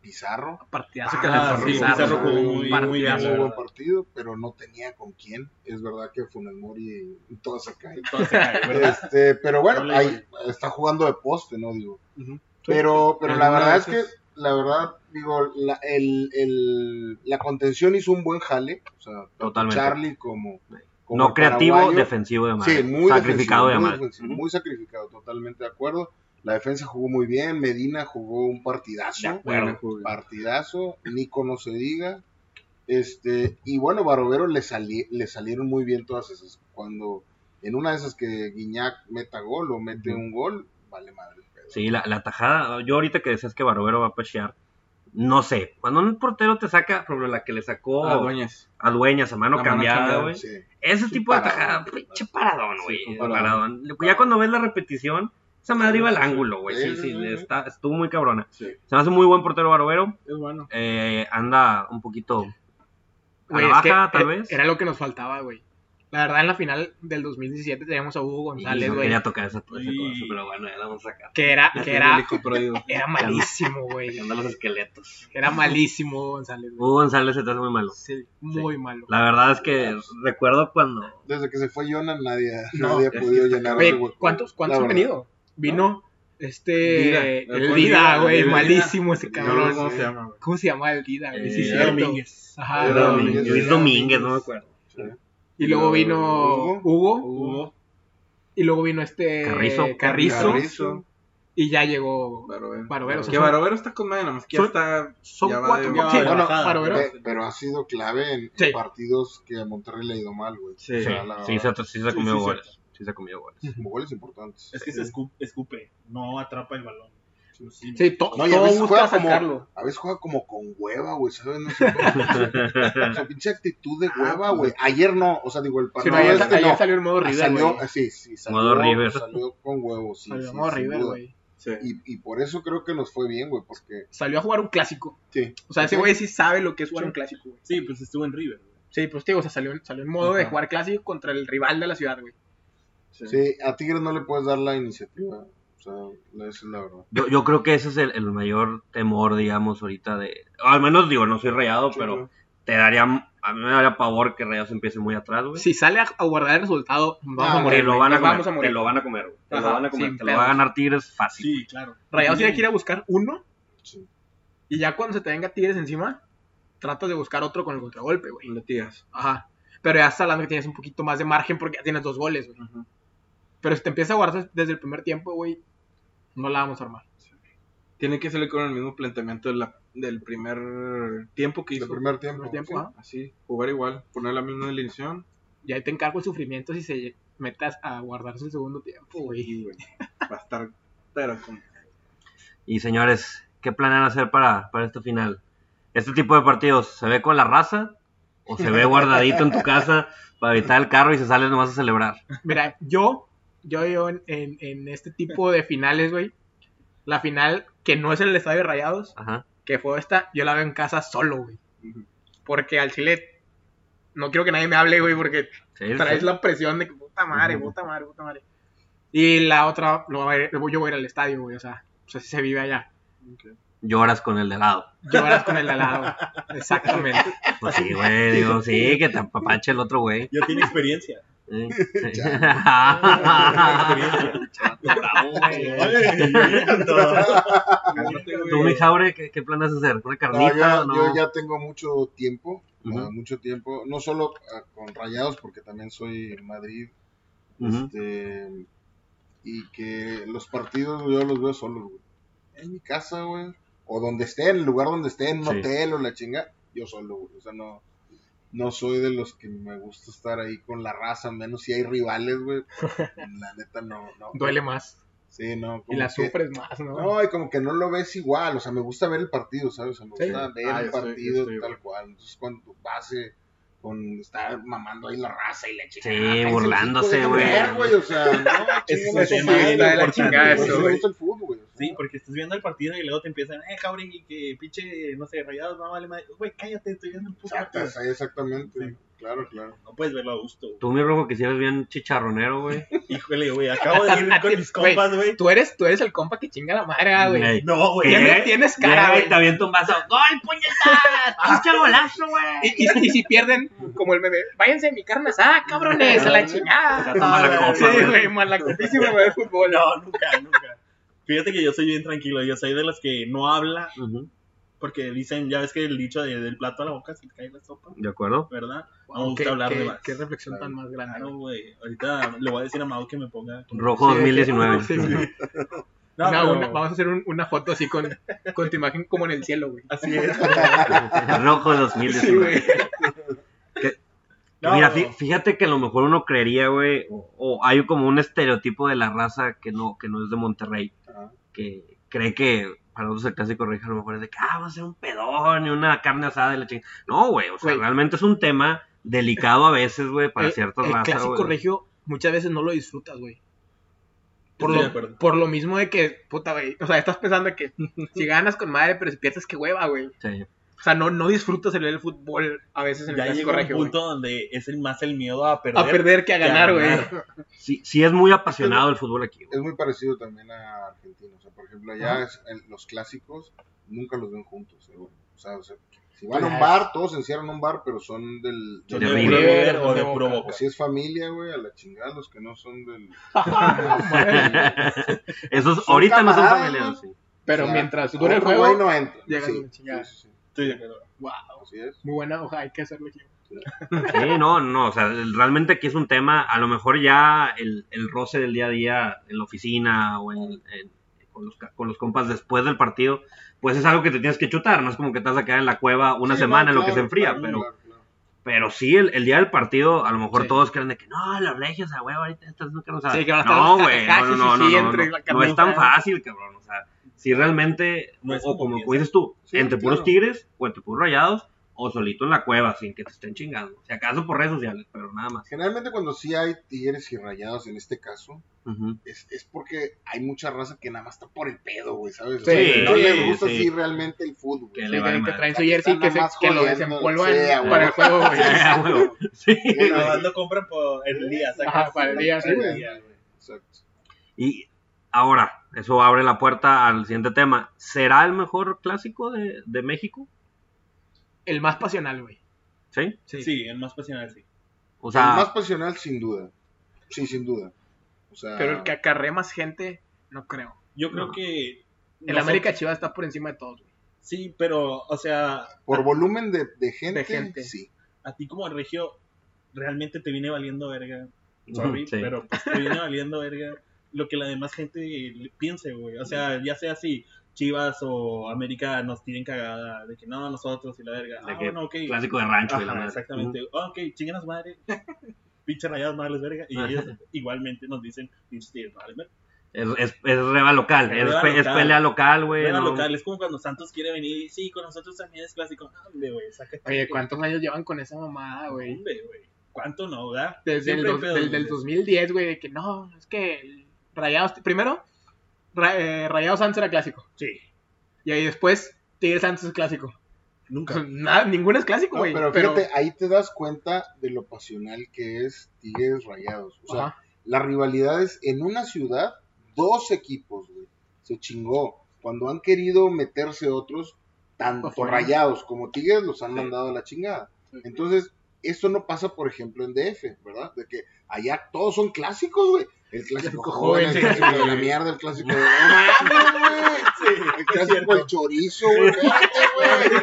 Speaker 5: Pizarro.
Speaker 2: Partidazo que
Speaker 3: Ah,
Speaker 2: lanzó
Speaker 5: sí, Pizarro jugó
Speaker 2: güey,
Speaker 4: muy-
Speaker 2: un
Speaker 4: muy
Speaker 5: Tuvo
Speaker 4: bien,
Speaker 2: partidazo.
Speaker 5: un buen
Speaker 4: verdad.
Speaker 5: partido, pero no tenía con quién. Es verdad que Funes Mori todo se cae.
Speaker 4: Todo se cae, ¿verdad?
Speaker 5: Este, pero bueno,
Speaker 4: Ole,
Speaker 5: ahí está jugando de poste, ¿no? Digo.
Speaker 3: Ujú.
Speaker 5: Pero, pero la
Speaker 3: Alguna
Speaker 5: verdad
Speaker 3: de
Speaker 5: es que,
Speaker 3: esas.
Speaker 5: la verdad, digo, la, el, el- la contención hizo un buen jale. O sea, tanto
Speaker 1: Totalmente.
Speaker 5: Charlie como. como
Speaker 1: No
Speaker 5: el
Speaker 1: creativo,
Speaker 5: paraguayo.
Speaker 1: defensivo de madre.
Speaker 5: Sí, muy
Speaker 1: sacrificado
Speaker 5: defensivo,
Speaker 1: de
Speaker 5: muy
Speaker 1: madre.
Speaker 5: defensivo, muy sacrificado, totalmente de acuerdo. La defensa jugó muy bien, Medina jugó un partidazo.
Speaker 3: Bueno, jugué.
Speaker 5: Partidazo, Nico no se diga. Este, y bueno, Barovero le, sali- le salieron muy bien todas esas. Cuando en una de esas que Guiñac meta gol o mete un gol, vale madre. el pedo.
Speaker 1: Sí, la, la tajada. Yo ahorita que decías que Barovero va a pechear, no sé. Cuando un portero te saca, por ejemplo, la que le
Speaker 2: Oh.
Speaker 1: sacó
Speaker 3: Ah, dueñas.
Speaker 1: a Dueñas a mano
Speaker 3: La mano
Speaker 1: cambiada,
Speaker 3: cambiada,
Speaker 1: güey.
Speaker 5: Sí.
Speaker 1: Ese
Speaker 5: Sí,
Speaker 1: tipo de
Speaker 5: paradón.
Speaker 1: tajada, pinche paradón,
Speaker 5: Sí,
Speaker 1: güey.
Speaker 5: fue un
Speaker 1: paradón.
Speaker 5: paradón.
Speaker 1: Lo que Ya cuando ves la repetición, esa madre iba al ángulo, güey. Sí,
Speaker 5: Sí,
Speaker 1: sí,
Speaker 5: sí, sí.
Speaker 1: está, estuvo muy cabrona.
Speaker 5: Sí.
Speaker 1: Se me hace muy buen portero Barovero.
Speaker 4: Es bueno.
Speaker 1: Eh, anda un poquito a
Speaker 2: Güey,
Speaker 1: la
Speaker 2: es que
Speaker 1: baja, tal
Speaker 2: e-
Speaker 1: vez.
Speaker 2: Era lo que nos faltaba, güey. La verdad, en la final del 2017 teníamos a Hugo
Speaker 1: Y
Speaker 2: González,
Speaker 1: no
Speaker 2: güey.
Speaker 1: quería tocar esa, esa cosa,
Speaker 4: Y-
Speaker 1: pero bueno, ya la vamos a sacar.
Speaker 2: Que era, Ah, que era,
Speaker 3: Angélico Proido.
Speaker 2: era malísimo, güey.
Speaker 1: Anda los esqueletos.
Speaker 2: Era malísimo Hugo González, güey.
Speaker 1: Hugo González se te hace muy malo.
Speaker 2: Sí, muy malo.
Speaker 1: La verdad es que recuerdo cuando
Speaker 5: Desde que se fue Jonan, nadie,
Speaker 2: No,
Speaker 5: nadie ha
Speaker 1: es que
Speaker 5: podido
Speaker 1: está
Speaker 5: llenar
Speaker 2: Güey,
Speaker 5: ese hueco.
Speaker 2: ¿cuántos, cuántos
Speaker 5: La
Speaker 2: han
Speaker 5: verdad.
Speaker 2: venido? Vino este.
Speaker 3: Dida.
Speaker 2: El
Speaker 3: Con
Speaker 2: Dida,
Speaker 3: Dida,
Speaker 2: güey.
Speaker 3: el Dida.
Speaker 2: Malísimo ese
Speaker 3: No, no,
Speaker 2: cabrón.
Speaker 3: ¿Cómo se llama?
Speaker 2: ¿Cómo se llama el Dida, güey? Sí,
Speaker 1: Eh,
Speaker 2: cierto.
Speaker 4: Domínguez.
Speaker 2: Ajá,
Speaker 5: Era
Speaker 2: no.
Speaker 5: Domínguez.
Speaker 1: Luis Domínguez, no me acuerdo.
Speaker 5: Sí.
Speaker 2: Y luego vino
Speaker 5: Hugo.
Speaker 2: Hugo.
Speaker 3: Hugo.
Speaker 2: Y luego vino este.
Speaker 1: Carrizo.
Speaker 2: Carrizo,
Speaker 5: Carrizo.
Speaker 2: Y ya llegó.
Speaker 3: Barovero.
Speaker 2: Barovero, o sea,
Speaker 3: Que
Speaker 2: son-
Speaker 3: Barovero está con madre, nada más que ya
Speaker 2: son-
Speaker 3: está.
Speaker 2: Son
Speaker 3: ya va
Speaker 2: cuatro.
Speaker 3: de-
Speaker 4: ya va
Speaker 2: sí,
Speaker 4: de
Speaker 2: bueno,
Speaker 4: bajada.
Speaker 2: Barovero.
Speaker 5: Pe- Pero ha sido clave en, en
Speaker 2: Sí.
Speaker 5: partidos que a Monterrey le ha ido mal, güey.
Speaker 3: Sí.
Speaker 5: O
Speaker 1: Sí,
Speaker 5: sea, la
Speaker 1: sí,
Speaker 5: verdad,
Speaker 1: se, sí se
Speaker 3: Sí,
Speaker 1: comió
Speaker 3: sí,
Speaker 1: goles. Sí se comió goles.
Speaker 5: goles importantes.
Speaker 4: Es que se escu- escupe, no atrapa el balón. Sí,
Speaker 2: Sí, to-
Speaker 5: No, y a
Speaker 2: todo
Speaker 5: veces
Speaker 2: busca
Speaker 5: juega como-
Speaker 2: sacarlo.
Speaker 5: A veces juega como con hueva, güey, ¿sabes? No sé cómo. Su pinche actitud de hueva, güey. Ayer no, o sea, digo, el
Speaker 2: Si
Speaker 5: partido
Speaker 2: Ah, pues, no, ayer,
Speaker 5: este
Speaker 2: ayer
Speaker 5: no.
Speaker 2: salió el modo
Speaker 5: Ah,
Speaker 2: River,
Speaker 5: salió,
Speaker 2: güey.
Speaker 5: ah, sí, sí, salió,
Speaker 1: Modo River.
Speaker 5: salió con huevos, sí,
Speaker 2: Salió
Speaker 5: sí,
Speaker 2: el modo
Speaker 5: sin
Speaker 2: River,
Speaker 5: duda.
Speaker 2: güey.
Speaker 3: Sí.
Speaker 5: Y, y por eso creo que nos fue bien, güey, porque
Speaker 2: Salió a jugar un clásico.
Speaker 5: sí,
Speaker 2: O sea, ese
Speaker 5: Ujú.
Speaker 2: güey sí sabe lo que es jugar
Speaker 4: Sí.
Speaker 2: un clásico, güey.
Speaker 4: Sí, pues estuvo en River. güey.
Speaker 2: Sí, pues tío, o sea, salió, salió en modo de
Speaker 3: Ajá.
Speaker 2: jugar clásico contra el rival de la ciudad, güey.
Speaker 5: sí. a Tigres no le puedes dar la iniciativa, o sea, esa es la verdad.
Speaker 1: Yo, yo creo que ese es el, el mayor temor, digamos, ahorita de... Al menos, digo, no soy rayado, pero te daría... A mí me daría pavor que Rayados empiece muy atrás, güey.
Speaker 2: Si sale a, a guardar el resultado, vamos
Speaker 5: Ah,
Speaker 2: a morir.
Speaker 1: te lo
Speaker 2: güey.
Speaker 1: van a
Speaker 2: Nos
Speaker 1: comer,
Speaker 2: vamos a morir.
Speaker 1: Te lo van a comer, güey. Te
Speaker 2: Ajá,
Speaker 1: lo van a comer.
Speaker 2: sin
Speaker 1: Te lo va a
Speaker 2: pedos.
Speaker 1: ganar Tigres fácil.
Speaker 4: Sí, claro.
Speaker 2: Rayados tiene que ir a buscar uno
Speaker 5: Sí.
Speaker 2: y ya cuando se te venga Tigres encima, tratas de buscar otro con el contragolpe, güey.
Speaker 3: Le tiras.
Speaker 2: Ajá. Pero ya estás hablando que tienes un poquito más de margen porque ya tienes dos goles, güey.
Speaker 3: Ajá.
Speaker 2: Pero si te empieza a guardar desde el primer tiempo, güey, no la vamos a armar.
Speaker 3: Tiene que salir con el mismo planteamiento de la- del primer tiempo que
Speaker 5: El
Speaker 3: hizo.
Speaker 5: primer tiempo,
Speaker 2: Primer tiempo,
Speaker 5: sí.
Speaker 2: ajá.
Speaker 3: Así, jugar igual, poner la misma delineación.
Speaker 2: Y ahí te encargo el sufrimiento si se metas a guardarse el segundo tiempo, güey.
Speaker 3: Y, güey, va a estar. Pero con.
Speaker 1: Y señores, ¿qué planean hacer para, para esta final? ¿Este tipo de partidos se ve con la raza? ¿O se ve guardadito en tu casa para evitar el carro y se sale nomás a celebrar?
Speaker 2: Mira, yo, yo, yo en, en- en este tipo de finales, güey, la final que no es el Estadio de Rayados,
Speaker 1: Ajá.
Speaker 2: que fue esta, yo la veo en casa solo, güey.
Speaker 3: Ujú.
Speaker 2: Porque al chile no quiero que nadie me hable, güey, porque
Speaker 1: Sí,
Speaker 2: traes
Speaker 1: sí.
Speaker 2: la presión de que puta madre,
Speaker 1: Ujú.
Speaker 2: puta madre, puta madre. Y la otra, lo voy a ir- yo voy a ir al estadio, güey, o sea, o sea, sí se vive allá.
Speaker 1: Lloras con el de lado.
Speaker 2: Lloras con el de al lado, exactamente.
Speaker 1: Pues sí, güey, digo, sí, que te apapache el otro güey.
Speaker 4: Ya tiene experiencia.
Speaker 1: Sí.
Speaker 2: Ah,
Speaker 1: Tú, mi Jaure, ¿qué, qué planeas hacer? ¿Una
Speaker 5: No,
Speaker 1: carnita?
Speaker 5: yo,
Speaker 1: o No,
Speaker 5: yo ya tengo mucho tiempo,
Speaker 1: Ujú.
Speaker 5: ah, mucho tiempo, no solo ah, con Rayados, porque también soy Madrid,
Speaker 1: Ujú.
Speaker 5: este, y que los partidos yo los veo solos, güey. En mi casa, güey, o donde esté, en el lugar donde esté, en un
Speaker 1: Sí.
Speaker 5: hotel o la chinga, yo solo, güey. O sea, no, no soy de los que me gusta estar ahí con la raza, menos si hay rivales, güey. La neta, no, no.
Speaker 2: Duele más.
Speaker 5: Sí, no.
Speaker 2: Y
Speaker 5: como
Speaker 2: la
Speaker 5: que-
Speaker 2: sufres más, ¿no?
Speaker 5: no, y como que no lo ves igual, o sea, me gusta ver el partido, ¿sabes? O sea, me
Speaker 2: Sí.
Speaker 5: gusta ver
Speaker 3: Ah,
Speaker 5: el
Speaker 3: yo estoy- yo
Speaker 5: partido
Speaker 3: estoy
Speaker 5: tal
Speaker 3: igual.
Speaker 5: cual. Entonces, cuando tu pase con estar mamando ahí la raza y la chica.
Speaker 1: Sí, burlándose, güey.
Speaker 5: güey, o sea, no, chinga,
Speaker 4: Eso es
Speaker 5: eso
Speaker 4: tema
Speaker 5: sí,
Speaker 4: bien
Speaker 5: la-
Speaker 2: la
Speaker 4: importante,
Speaker 2: chingada,
Speaker 4: güey.
Speaker 5: por
Speaker 2: eso,
Speaker 5: eso me
Speaker 2: güey.
Speaker 5: gusta el fútbol, güey. o sea.
Speaker 4: Sí, porque estás viendo el partido y luego te empiezan, eh, Jauregui, que pinche, no sé, rayados, no vale madre. Güey, cállate, estoy viendo un puto
Speaker 5: Exacto,
Speaker 4: partido.
Speaker 5: sí, exactamente. Claro, claro.
Speaker 4: No puedes verlo a gusto. güey.
Speaker 1: Tú, mi rojo, que si eres bien chicharronero, güey.
Speaker 4: Híjole, güey, acabo de ir con mis
Speaker 2: Güey,
Speaker 4: compas, güey.
Speaker 2: Tú eres, tú eres el compa que chinga la madre, ah, güey.
Speaker 1: Ey,
Speaker 4: No, güey.
Speaker 2: Siempre tienes cara,
Speaker 1: Llega y
Speaker 2: güey.
Speaker 1: te avienta un vaso. ¡Gol, puñetas! ¡Pinche golazo, güey!
Speaker 2: Y, y- y si pierden, como el meme, váyanse de mi carne asada, cabrones, a la chingada.
Speaker 1: Toma la copa,
Speaker 2: Sí,
Speaker 1: güey.
Speaker 2: güey, malacopísimo güey, el fútbol.
Speaker 4: No, nunca, nunca. Fíjate que yo soy bien tranquilo, yo soy de los que no habla
Speaker 1: Ujú,
Speaker 4: porque dicen, ya ves que el dicho de, del plato a la boca se te cae la sopa,
Speaker 1: ¿De acuerdo?
Speaker 4: ¿verdad? No me
Speaker 2: Wow,
Speaker 4: gusta
Speaker 2: qué,
Speaker 4: hablar
Speaker 2: qué-
Speaker 4: de más.
Speaker 2: qué reflexión tan más grande.
Speaker 4: Claro,
Speaker 2: güey.
Speaker 4: güey. Ahorita le voy a decir a Mau que me ponga.
Speaker 1: Rojo
Speaker 2: Sí, de que-
Speaker 1: 2019.
Speaker 2: sí, sí.
Speaker 4: No,
Speaker 2: Una-
Speaker 4: pero-
Speaker 2: una- vamos a hacer un- una foto así con, con tu imagen como en el cielo, güey.
Speaker 4: Así es.
Speaker 1: Rojo
Speaker 2: Sí,
Speaker 1: 2019.
Speaker 2: güey.
Speaker 4: No,
Speaker 1: Mira, fí- fíjate que a lo mejor uno creería, güey, o, o hay como un estereotipo de la raza que no, que no es de Monterrey,
Speaker 5: Ajá.
Speaker 1: que cree que para nosotros el clásico regio a lo mejor es de que, ah, va a ser un pedón y una carne asada y la chingada. No, güey, o sea,
Speaker 2: Güey.
Speaker 1: realmente es un tema delicado a veces, güey, para
Speaker 2: El-
Speaker 1: ciertas
Speaker 2: El
Speaker 1: razas,
Speaker 2: clásico
Speaker 1: güey.
Speaker 2: regio muchas veces no lo disfrutas, güey. Por
Speaker 4: Estoy de
Speaker 2: lo,
Speaker 4: acuerdo.
Speaker 2: por lo mismo de que, puta, güey. O sea, estás pensando que si ganas con madre, pero si pierdes, qué hueva, güey.
Speaker 1: Sí.
Speaker 2: O sea, no, no disfrutas el, el fútbol a veces en el
Speaker 4: ya
Speaker 2: clásico
Speaker 4: llegó un
Speaker 2: regio. güey.
Speaker 4: punto donde es el más el miedo a perder.
Speaker 2: A perder que a
Speaker 4: que a
Speaker 2: ganar, güey.
Speaker 4: ganar.
Speaker 1: Sí, sí es muy apasionado el fútbol aquí, güey.
Speaker 5: Es muy parecido también a Argentina. O sea, por ejemplo, allá es- el- los clásicos nunca los ven juntos, seguro. O sea, o sea, si van a un bar, todos se encierran en un bar, pero son del...
Speaker 4: Son
Speaker 1: De
Speaker 4: de
Speaker 1: River,
Speaker 4: River
Speaker 2: son
Speaker 4: o
Speaker 2: de
Speaker 4: de
Speaker 2: Boca.
Speaker 4: Pro Boca.
Speaker 5: Así Pues es familia, güey, a la chingada, los que no son del...
Speaker 1: Esos
Speaker 5: Son
Speaker 1: ahorita no son
Speaker 5: camaradas,
Speaker 1: familiares, sí.
Speaker 2: Pero
Speaker 5: O sea,
Speaker 2: mientras dura el
Speaker 5: otro güey
Speaker 2: juego,
Speaker 5: no entra.
Speaker 2: llegas
Speaker 5: Sí,
Speaker 2: a la chingada.
Speaker 5: sí, sí, sí,
Speaker 4: Estoy de acuerdo.
Speaker 2: wow.
Speaker 5: así es.
Speaker 2: Muy buena hoja, hay que hacerlo aquí.
Speaker 1: Sí, no, no, o sea, el- realmente aquí es un tema, a lo mejor ya el, el roce del día a día en la oficina o en, en- con, los, ca- con los compas después del partido, pues es algo que te tienes que chutar, no es como que te vas a quedar en la cueva una
Speaker 5: Sí,
Speaker 1: semana
Speaker 5: no,
Speaker 1: en lo que
Speaker 5: claro,
Speaker 1: se enfría,
Speaker 5: claro,
Speaker 1: pero,
Speaker 5: claro, claro.
Speaker 1: pero sí, el, el día del partido, a lo mejor
Speaker 2: Sí.
Speaker 1: todos creen de que no, los regios, a huevo, ahorita estas nunca nos
Speaker 2: Sí, que van a estar
Speaker 1: No,
Speaker 2: los
Speaker 1: güey, no,
Speaker 2: cacajazos
Speaker 1: no, no,
Speaker 2: y
Speaker 1: no,
Speaker 2: sí,
Speaker 1: no,
Speaker 2: entre
Speaker 1: no,
Speaker 2: la
Speaker 1: no es tan
Speaker 2: carnita.
Speaker 1: fácil, cabrón, o sea, si realmente,
Speaker 4: No es
Speaker 1: o
Speaker 4: como
Speaker 1: como
Speaker 4: piensan.
Speaker 1: dices tú,
Speaker 5: Sí,
Speaker 1: entre puros
Speaker 5: claro.
Speaker 1: tigres o entre puros rayados, o solito en la cueva sin que te estén chingando. Si acaso por redes sociales, pero nada más.
Speaker 5: Generalmente cuando sí hay tigres y rayados en este caso,
Speaker 1: Ujú.
Speaker 5: es, es porque hay mucha raza que nada más está por el pedo, güey, ¿sabes?
Speaker 2: Sí,
Speaker 5: O sea, no
Speaker 2: sí,
Speaker 5: le gusta
Speaker 1: sí.
Speaker 5: así realmente el fútbol.
Speaker 1: Que
Speaker 2: Sí,
Speaker 1: le
Speaker 2: que,
Speaker 1: vale
Speaker 2: que
Speaker 1: madre.
Speaker 2: traen su
Speaker 5: Aquí
Speaker 2: jersey que,
Speaker 5: están nada
Speaker 2: se,
Speaker 5: más
Speaker 2: que lo
Speaker 5: jodiendo,
Speaker 2: desempolvan
Speaker 5: sí, a huevo.
Speaker 2: para el juego, güey.
Speaker 1: Ah, huevo. Sí.
Speaker 5: Sí,
Speaker 4: Nada
Speaker 5: güey.
Speaker 4: más lo compran por el día, sacas.
Speaker 2: Ajá, para el día, sí, güey.
Speaker 5: Exacto.
Speaker 1: Y ahora, eso abre la puerta al siguiente tema. ¿Será el mejor clásico de, de México?
Speaker 2: El más pasional, güey.
Speaker 1: Sí.
Speaker 4: Sí, el más pasional, sí.
Speaker 1: O
Speaker 5: el más
Speaker 1: sea,
Speaker 5: pasional, sin duda. Sí, sin duda. O sea,
Speaker 2: Pero el que acarree más gente, no creo.
Speaker 4: Yo creo
Speaker 1: No.
Speaker 4: que.
Speaker 2: El
Speaker 4: nosotros-
Speaker 2: América Chivas está por encima de todos, güey.
Speaker 4: Sí, pero, o sea,
Speaker 5: por volumen de, de gente,
Speaker 2: De gente.
Speaker 5: sí.
Speaker 4: a ti como regio, realmente te viene valiendo verga.
Speaker 1: Ujú,
Speaker 4: Sorry,
Speaker 1: sí.
Speaker 4: pero pues, te viene valiendo verga lo que la demás gente le piense, güey. O sea, ya sea si Chivas o América nos tienen cagada de que no, nosotros y la verga.
Speaker 1: De
Speaker 4: ah,
Speaker 1: que
Speaker 4: bueno, ok.
Speaker 1: clásico de rancho. y la
Speaker 4: Ajá,
Speaker 1: madre.
Speaker 4: exactamente. Ah, ok, chinguen a su madre. Pinche rayados madres verga. Y
Speaker 1: Ajá.
Speaker 4: ellos igualmente nos dicen, pinches tigres, madres verga.
Speaker 1: Es, es, es reba local,
Speaker 4: Es
Speaker 1: es,
Speaker 4: reba
Speaker 1: pe- es
Speaker 4: local.
Speaker 1: pelea local, güey.
Speaker 4: Juega
Speaker 1: no-
Speaker 4: local, es como cuando Santos quiere venir. Sí, con nosotros también es clásico. Hombre, güey, saca.
Speaker 2: Oye, ¿cuántos años llevan con esa mamada, güey?
Speaker 4: Hombre, güey. ¿Cuánto no, verdad?
Speaker 2: Desde el
Speaker 4: Siempre hay
Speaker 2: dos-
Speaker 4: pedos,
Speaker 2: del,
Speaker 4: güey.
Speaker 2: del 2010, güey, de que no, es que el Rayados, primero, Ra- eh, Rayados Santos era clásico.
Speaker 4: Sí.
Speaker 2: Y ahí después, Tigres Santos es clásico. O sea,
Speaker 4: Nunca.
Speaker 2: nada- ninguno es clásico,
Speaker 5: No,
Speaker 2: güey.
Speaker 5: pero
Speaker 2: pero,
Speaker 5: fíjate, ahí te das cuenta de lo pasional que es Tigres Rayados. O sea,
Speaker 2: Ajá.
Speaker 5: las rivalidades en una ciudad, dos equipos, güey. Se chingó. Cuando han querido meterse otros, tanto
Speaker 2: Afuera.
Speaker 5: rayados como tigres, los han mandado a la chingada. Entonces, Esto no pasa, por ejemplo, en DF, ¿verdad? De que allá todos son clásicos, güey. El clásico joven, el clásico de la mierda, el clásico de la el clásico del chorizo, güey. Espérate, güey.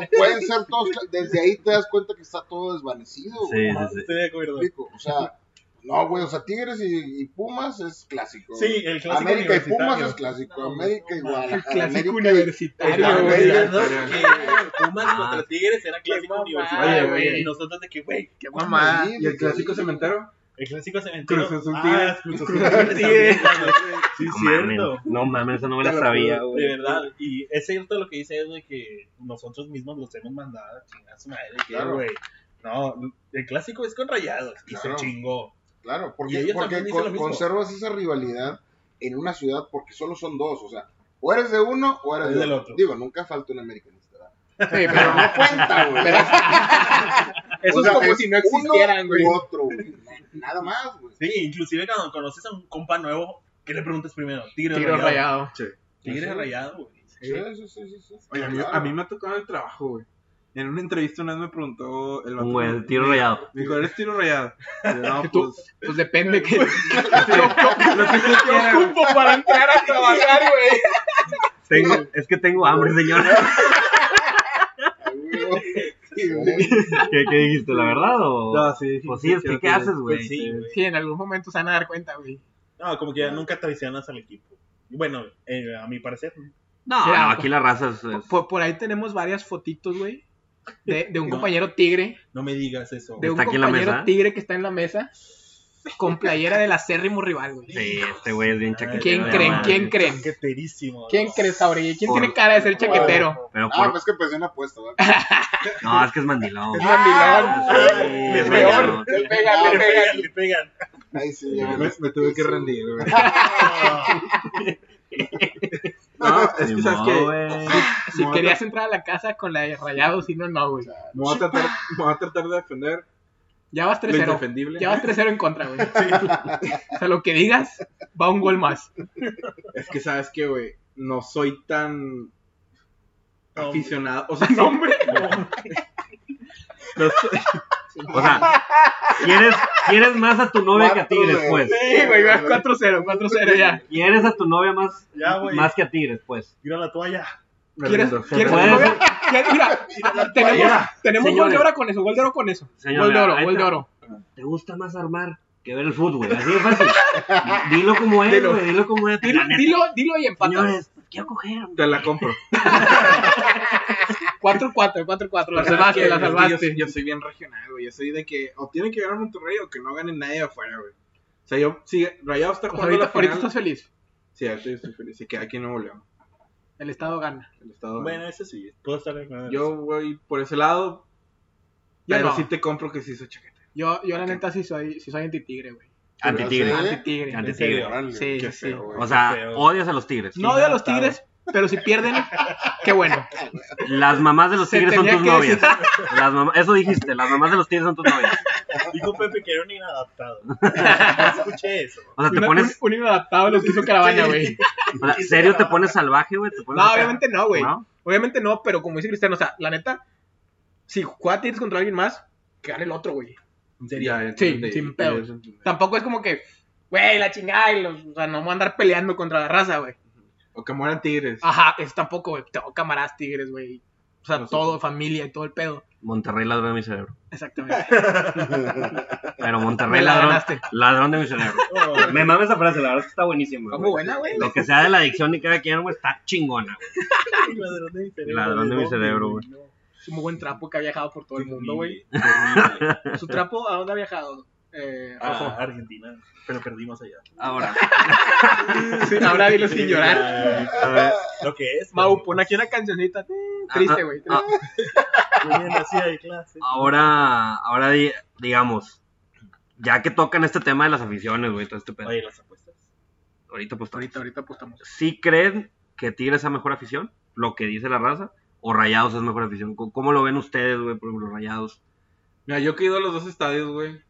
Speaker 5: No pueden ser todos. cla- Desde ahí te das cuenta que está todo desvanecido, güey.
Speaker 1: Sí, sí, sí.
Speaker 4: Estoy de acuerdo.
Speaker 5: ¿Me explico? O sea, no, güey, o sea, Tigres y, y Pumas es clásico. güey.
Speaker 4: Sí, el clásico
Speaker 5: América y
Speaker 4: universitario.
Speaker 5: Pumas es clásico.
Speaker 4: No,
Speaker 5: América y
Speaker 4: no, mames.
Speaker 5: Guadalajara.
Speaker 2: Clásico
Speaker 5: América y-
Speaker 2: universitario,
Speaker 5: Claro,
Speaker 4: Estábamos
Speaker 5: güey,
Speaker 2: güey.
Speaker 4: hablando
Speaker 5: pero-
Speaker 4: que Pumas
Speaker 1: Ah.
Speaker 4: contra Tigres era clásico
Speaker 2: mamada,
Speaker 4: universitario,
Speaker 2: güey.
Speaker 4: güey. Y nosotros de que, güey,
Speaker 2: Qué mamada.
Speaker 5: Sí,
Speaker 3: ¿Y el clásico
Speaker 5: sí.
Speaker 3: cementero?
Speaker 4: el clásico cementerio.
Speaker 3: Cruz Azul
Speaker 4: Ah,
Speaker 3: Tigres.
Speaker 4: Cruz Azul
Speaker 3: Cruz
Speaker 4: Tigres. también, güey. Sí,
Speaker 1: No mames,
Speaker 4: cierto.
Speaker 1: No mames, esa no me la
Speaker 5: Te lo
Speaker 1: sabía,
Speaker 5: juro,
Speaker 1: güey.
Speaker 4: De verdad, y es cierto lo que dice Ed, güey, que nosotros mismos los hemos mandado a chingar a su madre, que,
Speaker 5: Claro.
Speaker 4: güey, no, el clásico es con rayados, y
Speaker 5: Claro.
Speaker 4: se chingó.
Speaker 5: Claro,
Speaker 4: Y
Speaker 5: porque,
Speaker 4: ellos
Speaker 5: porque
Speaker 4: también dicen
Speaker 5: con-
Speaker 4: lo mismo.
Speaker 5: conservas esa rivalidad en una ciudad porque solo son dos, o sea, o eres de uno o eres
Speaker 4: Es
Speaker 5: del
Speaker 4: del
Speaker 5: otro.
Speaker 4: otro.
Speaker 5: Digo, nunca falta un americanista. ¿verdad?
Speaker 2: Sí,
Speaker 5: Pero
Speaker 2: pero
Speaker 5: no cuenta, güey.
Speaker 2: eso
Speaker 5: O sea,
Speaker 2: es como si no
Speaker 5: uno
Speaker 2: existieran, güey.
Speaker 5: u otro, güey. Nada más, güey.
Speaker 4: Sí, inclusive cuando conoces a un compa nuevo, ¿qué le preguntas primero? Tigre o
Speaker 2: Tiro
Speaker 4: rayado.
Speaker 2: rayado.
Speaker 4: Tigre
Speaker 5: Sí.
Speaker 4: o rayado, güey.
Speaker 5: Sí, sí, sí, sí.
Speaker 3: Oye, a mí,
Speaker 5: Claro.
Speaker 3: a mí me ha tocado en el trabajo, güey. En una entrevista una vez me preguntó el
Speaker 1: Un güey, el tiro
Speaker 3: me-
Speaker 1: rayado.
Speaker 3: Me dijo, ¿eres tiro rayado? Y yo, no,
Speaker 2: ¿Y tú?
Speaker 3: pues.
Speaker 2: Pues depende que
Speaker 3: Lo que tú quieras, güey.
Speaker 2: ocupo para entrar a trabajar, güey.
Speaker 1: Tengo, es que tengo hambre, señor.
Speaker 5: Ay, güey. Sí, güey.
Speaker 1: ¿Qué, qué dijiste, la verdad? O...
Speaker 3: No, sí. dije,
Speaker 1: Pues sí, es que
Speaker 3: quiero
Speaker 1: ¿qué
Speaker 3: tiro.
Speaker 1: haces, güey?
Speaker 4: Pues sí, güey.
Speaker 2: Sí, en algún momento se van a dar cuenta, güey.
Speaker 4: No, como que ya nunca traicionas al equipo. Bueno, eh, a mi parecer, ¿no?
Speaker 1: No,
Speaker 2: Sí,
Speaker 1: no,
Speaker 2: ah,
Speaker 1: aquí la raza es... es-
Speaker 2: Por, por ahí tenemos varias fotitos, güey. De, de un
Speaker 4: No.
Speaker 2: compañero tigre.
Speaker 4: no me digas eso.
Speaker 2: De un
Speaker 1: ¿Está aquí en la
Speaker 2: compañero
Speaker 1: mesa?
Speaker 2: tigre que está en la mesa. Con playera del acérrimo rival, güey.
Speaker 1: Sí, este güey es bien chaquetero.
Speaker 2: ¿Quién
Speaker 1: de
Speaker 2: creen?
Speaker 1: madre.
Speaker 2: ¿Quién creen?
Speaker 4: Chaqueterísimo.
Speaker 2: ¿Quién
Speaker 4: ¿no?
Speaker 2: crees, Aurelia? ¿Quién
Speaker 1: Por-
Speaker 2: tiene cara de ser chaquetero?
Speaker 1: Pero
Speaker 5: Ah,
Speaker 1: por...
Speaker 5: pues es que pensé una apuesta, ¿verdad?
Speaker 1: No, es que es mandilón.
Speaker 2: Es mandilón.
Speaker 1: Sí,
Speaker 4: Le
Speaker 1: es
Speaker 4: pegan.
Speaker 1: mandilón.
Speaker 2: Le pegan,
Speaker 5: Ah,
Speaker 2: le
Speaker 4: Le
Speaker 2: pegan.
Speaker 4: pegan, le pegan.
Speaker 5: Ahí sí, ya
Speaker 3: Me,
Speaker 5: ves.
Speaker 3: me tuve que rendir, güey. No,
Speaker 5: Ah,
Speaker 3: es que,
Speaker 1: Ni
Speaker 3: ¿sabes
Speaker 1: modo,
Speaker 3: qué?
Speaker 1: güey.
Speaker 2: Si
Speaker 3: No,
Speaker 2: querías entrar a la casa con la de rayado, si no, no, güey.
Speaker 3: Me voy a tratar, me voy a tratar de defender
Speaker 2: Ya vas
Speaker 3: lo
Speaker 2: 3-0.
Speaker 3: indefendible.
Speaker 2: Ya vas 3-0 en contra, güey. O sea, lo que digas, va un gol más.
Speaker 3: Es que, ¿sabes qué, güey? No soy tan
Speaker 4: No,
Speaker 3: aficionado. O sea,
Speaker 2: No, hombre.
Speaker 3: no soy-
Speaker 1: O sea, quieres, quieres más a tu novia que a Tigres,
Speaker 5: Cuatro, güey.
Speaker 1: pues.
Speaker 2: Sí, güey, vas 4-0, 4-0 ya.
Speaker 1: Quieres a tu novia más,
Speaker 4: Ya, güey.
Speaker 1: más que a Tigres, pues.
Speaker 4: Tira la toalla.
Speaker 3: me
Speaker 2: ¿Quieres,
Speaker 3: rindo.
Speaker 2: ¿quieres
Speaker 1: puede.
Speaker 2: un gol? ¿Quieres- Mira, tenemos, tenemos gol de
Speaker 1: Señores.
Speaker 2: oro con eso, gol de oro con eso.
Speaker 1: Señora,
Speaker 2: Gol de oro,
Speaker 1: ahí
Speaker 2: gol de
Speaker 1: está.
Speaker 2: oro.
Speaker 1: Te gusta más armar que ver el fútbol, así de fácil. Dilo como es,
Speaker 2: Dilo.
Speaker 1: güey, dilo como es.
Speaker 2: Dilo,
Speaker 1: La neta,
Speaker 2: dilo, dilo y empatas.
Speaker 1: Señores, quiero coger.
Speaker 3: Te la compro.
Speaker 2: 4-4, 4-4, la salvaste,
Speaker 3: Es
Speaker 2: la
Speaker 3: que yo-
Speaker 2: salvaste.
Speaker 3: Yo, soy bien regional, güey. Yo soy de que o tienen que ganar Monterrey o que no ganen nadie de afuera, güey. O sea, yo, si Rayado está
Speaker 2: O sea,
Speaker 3: jugando
Speaker 2: ahorita,
Speaker 3: la final.
Speaker 2: ahorita estás feliz.
Speaker 3: Sí, ahorita yo estoy feliz. Se queda aquí en Nuevo León.
Speaker 2: El Estado gana.
Speaker 3: El estado.
Speaker 4: Bueno, eso sí, puedo estar de acuerdo.
Speaker 3: yo voy por ese lado,
Speaker 2: Yo
Speaker 3: pero
Speaker 2: no.
Speaker 3: sí te compro que sí soy chaqueta.
Speaker 2: Yo, yo la neta, sí soy, sí soy anti-tigre, güey.
Speaker 1: Antitigre.
Speaker 5: ¿Eh?
Speaker 2: Anti-tigre.
Speaker 1: Anti-
Speaker 5: Órale,
Speaker 2: Sí,
Speaker 5: qué
Speaker 2: sí.
Speaker 5: feo, güey.
Speaker 1: O sea,
Speaker 4: feo.
Speaker 1: odias a los Tigres.
Speaker 2: No odio a los tigres, pero si pierden, qué bueno.
Speaker 1: Las mamás de los
Speaker 2: Se
Speaker 1: Tigres son
Speaker 2: tenía
Speaker 1: tus
Speaker 2: que
Speaker 1: novias.
Speaker 2: decir.
Speaker 1: Las mamá- Eso dijiste, las mamás de los Tigres son tus novias.
Speaker 4: Dijo Pepe que era un inadaptado. No escuché eso.
Speaker 1: O sea, te
Speaker 2: Una-
Speaker 1: pones,
Speaker 2: un, un inadaptado lo que hizo Caravana, güey.
Speaker 1: o sea, serio te pones salvaje, güey. ¿Te pones
Speaker 2: No,
Speaker 1: acá?
Speaker 2: obviamente no, güey.
Speaker 1: ¿No?
Speaker 2: Obviamente no, pero como dice Cristiano, o sea, la neta, si juega Tigres contra alguien más, que gane el otro, güey.
Speaker 3: En serio.
Speaker 2: Sí, sin pedos. Tampoco es como que, güey, la chingada, y los- o sea, no vamos a andar peleando contra la raza, güey.
Speaker 3: O que mueran tigres.
Speaker 2: Ajá, eso tampoco, güey. Tengo camaradas Tigres, güey. O sea, todo, familia y todo el pedo.
Speaker 1: Monterrey ladrón de mi cerebro.
Speaker 2: Exactamente.
Speaker 1: Pero
Speaker 2: Me
Speaker 1: Monterrey
Speaker 2: la
Speaker 1: ladrón,
Speaker 2: ganaste.
Speaker 1: ladrón de mi cerebro.
Speaker 4: Oh,
Speaker 1: Me mames esa frase, la verdad es que está buenísima.
Speaker 2: Está
Speaker 1: güey.
Speaker 2: muy buena, güey.
Speaker 1: Lo que sea de la adicción y cada quien, güey, está chingona. güey.
Speaker 4: el ladrón de mi cerebro.
Speaker 1: Ladrón de mi
Speaker 4: dónde,
Speaker 1: cerebro, güey.
Speaker 4: No.
Speaker 2: Es un muy buen trapo que ha viajado por todo el mundo, güey.
Speaker 4: Terrible.
Speaker 2: ¿Su trapo a dónde ha viajado? Eh,
Speaker 4: Ah,
Speaker 2: Rojo?
Speaker 4: Argentina. Pero perdimos allá.
Speaker 1: Ahora,
Speaker 2: Sí, ahora dilo sin llorar.
Speaker 1: a ver,
Speaker 4: Eh, Lo que es.
Speaker 2: Mau,
Speaker 4: güey.
Speaker 2: pon aquí una cancioncita. Eh, Triste, güey.
Speaker 1: ah,
Speaker 2: triste.
Speaker 4: Muy bien, hacía de clase.
Speaker 1: ahora, ahora di- digamos, ya que tocan este tema de las aficiones, güey, todo este pedo.
Speaker 4: Oye, las apuestas.
Speaker 1: Ahorita pues
Speaker 2: Ahorita, ahorita apostamos.
Speaker 1: ¿Sí creen que Tigres es mejor afición? Lo que dice la raza. ¿O Rayados es mejor afición? ¿Cómo- ¿Cómo lo ven ustedes, güey, por ejemplo, Rayados?
Speaker 3: Mira, yo que he ido a los dos estadios, güey.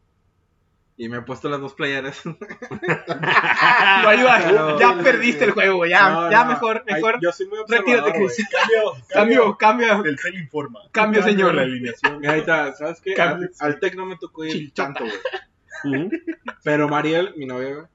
Speaker 3: Y me he puesto las dos playeras.
Speaker 2: No ayuda,
Speaker 3: Pero-
Speaker 2: ya perdiste el juego, ya,
Speaker 3: No,
Speaker 2: ya
Speaker 3: no,
Speaker 2: mejor,
Speaker 3: ay,
Speaker 2: mejor.
Speaker 3: yo soy muy observador,
Speaker 2: Retírate,
Speaker 3: güey.
Speaker 2: Chris.
Speaker 4: Cambio,
Speaker 2: Cambio, cambio.
Speaker 4: El cel informa.
Speaker 2: Cambio, señor.
Speaker 4: La alineación.
Speaker 3: Ahí está, ¿sabes qué?
Speaker 2: Cambio.
Speaker 3: Al, al Tec no me tocó ir
Speaker 2: Chinchota.
Speaker 3: tanto, güey. Pero Mariel, mi novia, güey,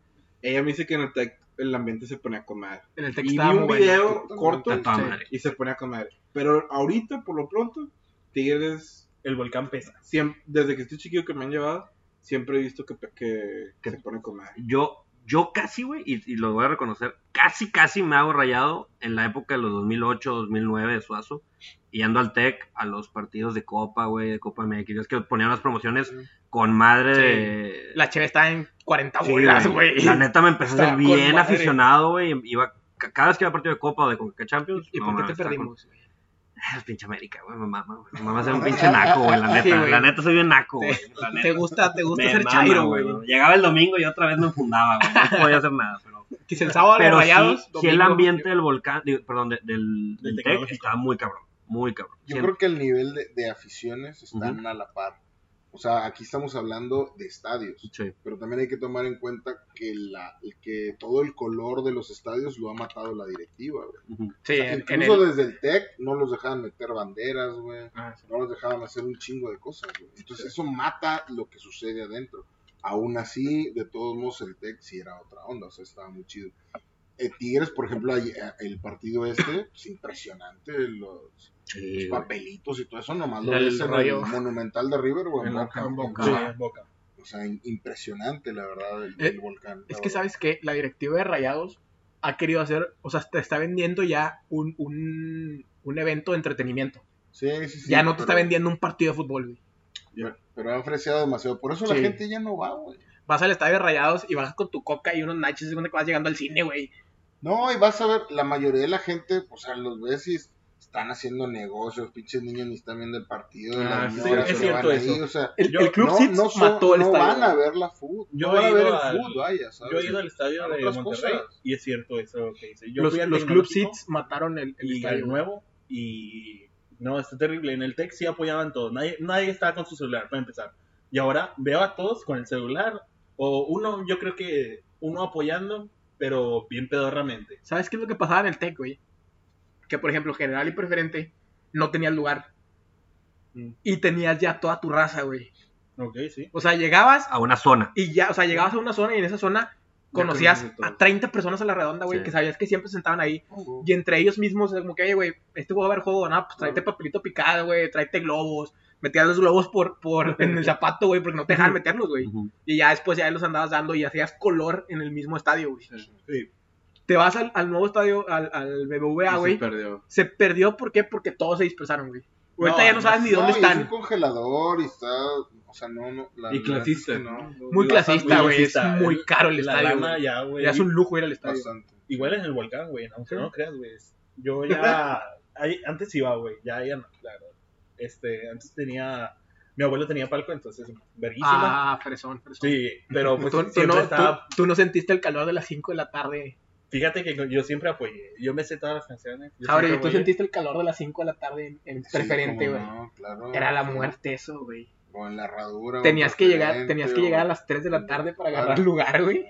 Speaker 3: ella me dice que en el Tec el ambiente se ponía a comer.
Speaker 2: En el
Speaker 3: Y vi
Speaker 2: texto
Speaker 3: un video
Speaker 5: Totalmente.
Speaker 3: corto
Speaker 1: Está toda
Speaker 2: Sí.
Speaker 1: madre.
Speaker 3: y se ponía a comer. Pero ahorita, por lo pronto, Tigres,
Speaker 4: El volcán pesa.
Speaker 3: siempre, desde que estoy chiquillo que me han llevado, siempre he visto que, que, que se pone a comer.
Speaker 1: Yo, yo casi, güey, y, y lo voy a reconocer, casi, casi me hago rayado en la época de los 2008, 2009 de Suazo. Y ando al TEC a los partidos de Copa, güey, de Copa MX. Es que ponían las promociones con madre
Speaker 2: Sí.
Speaker 1: de...
Speaker 2: La cheve está en 40
Speaker 1: Sí,
Speaker 2: bolas,
Speaker 1: güey.
Speaker 2: güey.
Speaker 1: La neta me empecé a
Speaker 2: Está
Speaker 1: ser
Speaker 2: con
Speaker 1: bien
Speaker 2: madre.
Speaker 1: aficionado, güey. Iba, ca- cada vez que iba a partido de Copa o de Conca Champions.
Speaker 2: ¿Y
Speaker 1: no,
Speaker 2: por qué
Speaker 1: no,
Speaker 2: te
Speaker 1: estaba con-
Speaker 2: perdimos? güey?
Speaker 1: Ah, pinche América, güey. Me mama, güey. Me mama ser un pinche naco, güey. La neta,
Speaker 2: Sí, güey.
Speaker 1: la neta soy bien naco,
Speaker 2: Te-
Speaker 1: güey. La neta.
Speaker 2: Te gusta, te gusta
Speaker 1: Me
Speaker 2: ser
Speaker 1: mama,
Speaker 2: chairo, güey.
Speaker 1: Llegaba el domingo y otra vez me enfundaba, güey. No podía hacer nada, pero.
Speaker 2: Dice el sábado los
Speaker 1: Pero sí,
Speaker 2: rayados.
Speaker 1: sí el
Speaker 2: domingo,
Speaker 1: ambiente del volcán, digo, perdón, de- del, del Tec
Speaker 4: Tecnológico.
Speaker 1: está muy cabrón, muy cabrón.
Speaker 5: Yo
Speaker 1: Sí,
Speaker 5: creo que el nivel de, de aficiones están a la par. O sea, aquí estamos hablando de estadios,
Speaker 1: sí.
Speaker 5: pero también hay que tomar en cuenta que, la, que todo el color de los estadios lo ha matado la directiva. güey.
Speaker 1: Ujú.
Speaker 2: Sí, en, en
Speaker 5: Incluso
Speaker 2: el, Ah,
Speaker 5: desde el TEC no los dejaban meter banderas, güey. No los dejaban hacer un chingo de cosas, güey. Entonces eso mata lo que sucede adentro. Aún así, de todos modos, el TEC sí era otra onda, o sea, estaba muy chido. Eh, Tigres, por ejemplo, ahí, eh, el partido este, pues, impresionante, los
Speaker 1: Sí, güey.
Speaker 5: papelitos y todo eso, nomás lo
Speaker 2: El
Speaker 5: ves en el
Speaker 2: rollo.
Speaker 5: monumental de River o en
Speaker 3: En la
Speaker 5: Boca.
Speaker 3: Can Boca.
Speaker 5: Sí.
Speaker 4: Sí, boca.
Speaker 5: O sea, in- impresionante, la verdad, el,
Speaker 2: Eh,
Speaker 5: el volcán. la
Speaker 2: Es que
Speaker 5: verdad.
Speaker 2: sabes que la directiva de Rayados ha querido hacer, o sea, te está vendiendo ya un, un, un evento de entretenimiento.
Speaker 5: Sí, sí, sí,
Speaker 2: ya no te
Speaker 5: pero-
Speaker 2: está vendiendo un partido de fútbol, güey.
Speaker 5: ya, Pero ha ofrecido demasiado. Por eso la
Speaker 2: Sí.
Speaker 5: gente ya no va, güey.
Speaker 2: Vas al estadio de Rayados y vas con tu coca y unos nachos y segunda que vas llegando al cine, güey.
Speaker 5: No, y vas a ver, la mayoría de la gente, o sea, los ves y están haciendo negocios, pinches niños ni están viendo el partido.
Speaker 3: Ah,
Speaker 5: las
Speaker 3: sí,
Speaker 5: señoras
Speaker 4: es
Speaker 5: que van
Speaker 4: cierto
Speaker 5: ahí,
Speaker 4: eso.
Speaker 5: o sea,
Speaker 2: El,
Speaker 4: Yo-
Speaker 2: el Club
Speaker 5: no,
Speaker 2: Seats
Speaker 5: no, son-
Speaker 2: mató el
Speaker 5: no
Speaker 2: estadio.
Speaker 5: van a ver la food.
Speaker 4: Yo
Speaker 5: no van
Speaker 4: he
Speaker 5: a ver el
Speaker 4: ido al-
Speaker 5: food, vaya, ¿sabes?
Speaker 4: Ah, Yo he ido al estadio
Speaker 5: A
Speaker 4: de
Speaker 5: otras
Speaker 4: Monterrey
Speaker 5: cosas.
Speaker 4: y es cierto eso que dice. Yo
Speaker 2: los
Speaker 4: fui al
Speaker 2: los Club
Speaker 4: Tecnológico
Speaker 2: Seats mataron el, el
Speaker 4: y
Speaker 2: estadio.
Speaker 4: al nuevo y no, está terrible. En el Tech sí apoyaban todo. Nadie, nadie estaba con su celular para empezar. Y ahora veo a todos con el celular o uno, yo creo que uno apoyando, pero bien pedorramente.
Speaker 2: ¿Sabes qué es lo que pasaba en el Tec, güey? Que, por ejemplo, general y preferente no tenías lugar.
Speaker 4: Mm.
Speaker 2: Y tenías ya toda tu raza, güey.
Speaker 4: Ok, sí.
Speaker 2: O sea, llegabas
Speaker 1: A una zona.
Speaker 2: y ya, o sea, llegabas a una zona y en esa zona conocías
Speaker 3: conoces a todos.
Speaker 2: a 30 personas a la redonda, güey,
Speaker 1: Sí.
Speaker 2: que sabías que siempre se sentaban ahí. Y entre ellos mismos, era como que, "Oye, güey, este juego va a haber juego, nada, pues tráete papelito picado, güey, tráete globos. Metías los globos por, por en el zapato, güey, porque no te dejaban meterlos, güey.
Speaker 1: Ujú.
Speaker 2: Y ya después ya los andabas dando y hacías color en el mismo estadio, güey.
Speaker 4: Sí.
Speaker 2: Te vas al, al nuevo estadio, al, al
Speaker 3: Y
Speaker 2: BBVA,
Speaker 3: se
Speaker 2: Ah, güey.
Speaker 3: perdió.
Speaker 2: Se perdió, ¿por qué? Porque todos se dispersaron, güey. Ahorita
Speaker 4: No,
Speaker 2: ya no sabes ni
Speaker 5: No,
Speaker 2: dónde
Speaker 5: y es un
Speaker 2: están.
Speaker 5: congelador y está, o sea, no, no. la- la verdad
Speaker 3: Y
Speaker 5: es que
Speaker 3: clasista.
Speaker 5: no, no,
Speaker 2: Muy
Speaker 4: y
Speaker 2: clasista,
Speaker 4: bastante
Speaker 2: güey. Es
Speaker 4: clasista.
Speaker 2: muy caro el
Speaker 4: La
Speaker 2: estadio.
Speaker 4: lana
Speaker 2: güey.
Speaker 4: ya, güey.
Speaker 2: Ya es un lujo ir al estadio.
Speaker 5: bastante.
Speaker 4: Igual en el volcán, güey, aunque
Speaker 2: Sí.
Speaker 4: no creas, güey. Yo ya. ahí- antes iba, güey, ya, ya no, claro. Este, antes tenía. Mi abuelo tenía palco, entonces, verguísima.
Speaker 2: Ah, fresón, fresón.
Speaker 4: sí, pero pues
Speaker 2: Tú, tú
Speaker 4: siempre
Speaker 2: no,
Speaker 4: estaba.
Speaker 2: tú- tú no sentiste el calor de las 5 de la tarde.
Speaker 4: Fíjate que yo siempre apoyé. Yo me sé todas las canciones. yo
Speaker 2: Ahora,
Speaker 4: siempre
Speaker 2: tú
Speaker 4: apoyé.
Speaker 2: sentiste el calor de las 5 de la tarde en, en
Speaker 5: Sí,
Speaker 2: preferente,
Speaker 5: cómo
Speaker 2: güey.
Speaker 5: no, claro.
Speaker 2: Era la
Speaker 5: Sí.
Speaker 2: muerte eso, güey.
Speaker 5: O en la herradura. o en
Speaker 2: Tenías que llegar,
Speaker 5: Preferente,
Speaker 2: tenías que
Speaker 5: o-
Speaker 2: llegar a las 3 de la tarde para agarrar
Speaker 5: Ah.
Speaker 2: lugar, güey.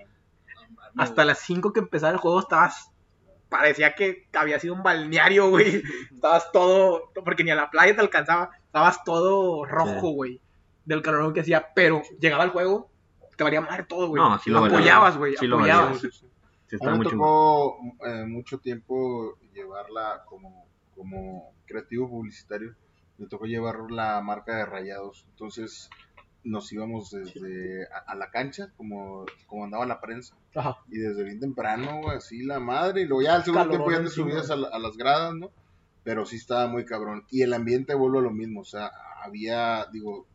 Speaker 4: No,
Speaker 2: Hasta las 5 que empezaba el juego estabas. Parecía que había sido un balneario, güey. Estabas todo. Porque ni a la playa te alcanzaba. Estabas todo rojo, güey. Del calorón que hacía. Pero llegaba el juego, te valía madre todo, güey.
Speaker 1: No, sí lo valía.
Speaker 2: apoyabas, güey.
Speaker 1: Sí lo valía.
Speaker 2: apoyabas.
Speaker 5: Sí, sí, sí.
Speaker 1: Sí,
Speaker 5: A
Speaker 1: está
Speaker 5: mí me
Speaker 1: muy chingón.
Speaker 5: tocó eh, mucho tiempo llevarla como, como creativo publicitario. Me tocó llevar la marca de rayados. Entonces nos íbamos desde a, a la cancha, como, como andaba la prensa.
Speaker 2: Ajá.
Speaker 5: Y desde bien temprano, güey, así la madre. Y luego ya al segundo
Speaker 2: Calorón
Speaker 5: tiempo ya te
Speaker 2: encima,
Speaker 5: subías a, la- a las gradas, ¿no? Pero sí estaba muy cabrón. Y el ambiente vuelve a lo mismo. O sea, había, digo,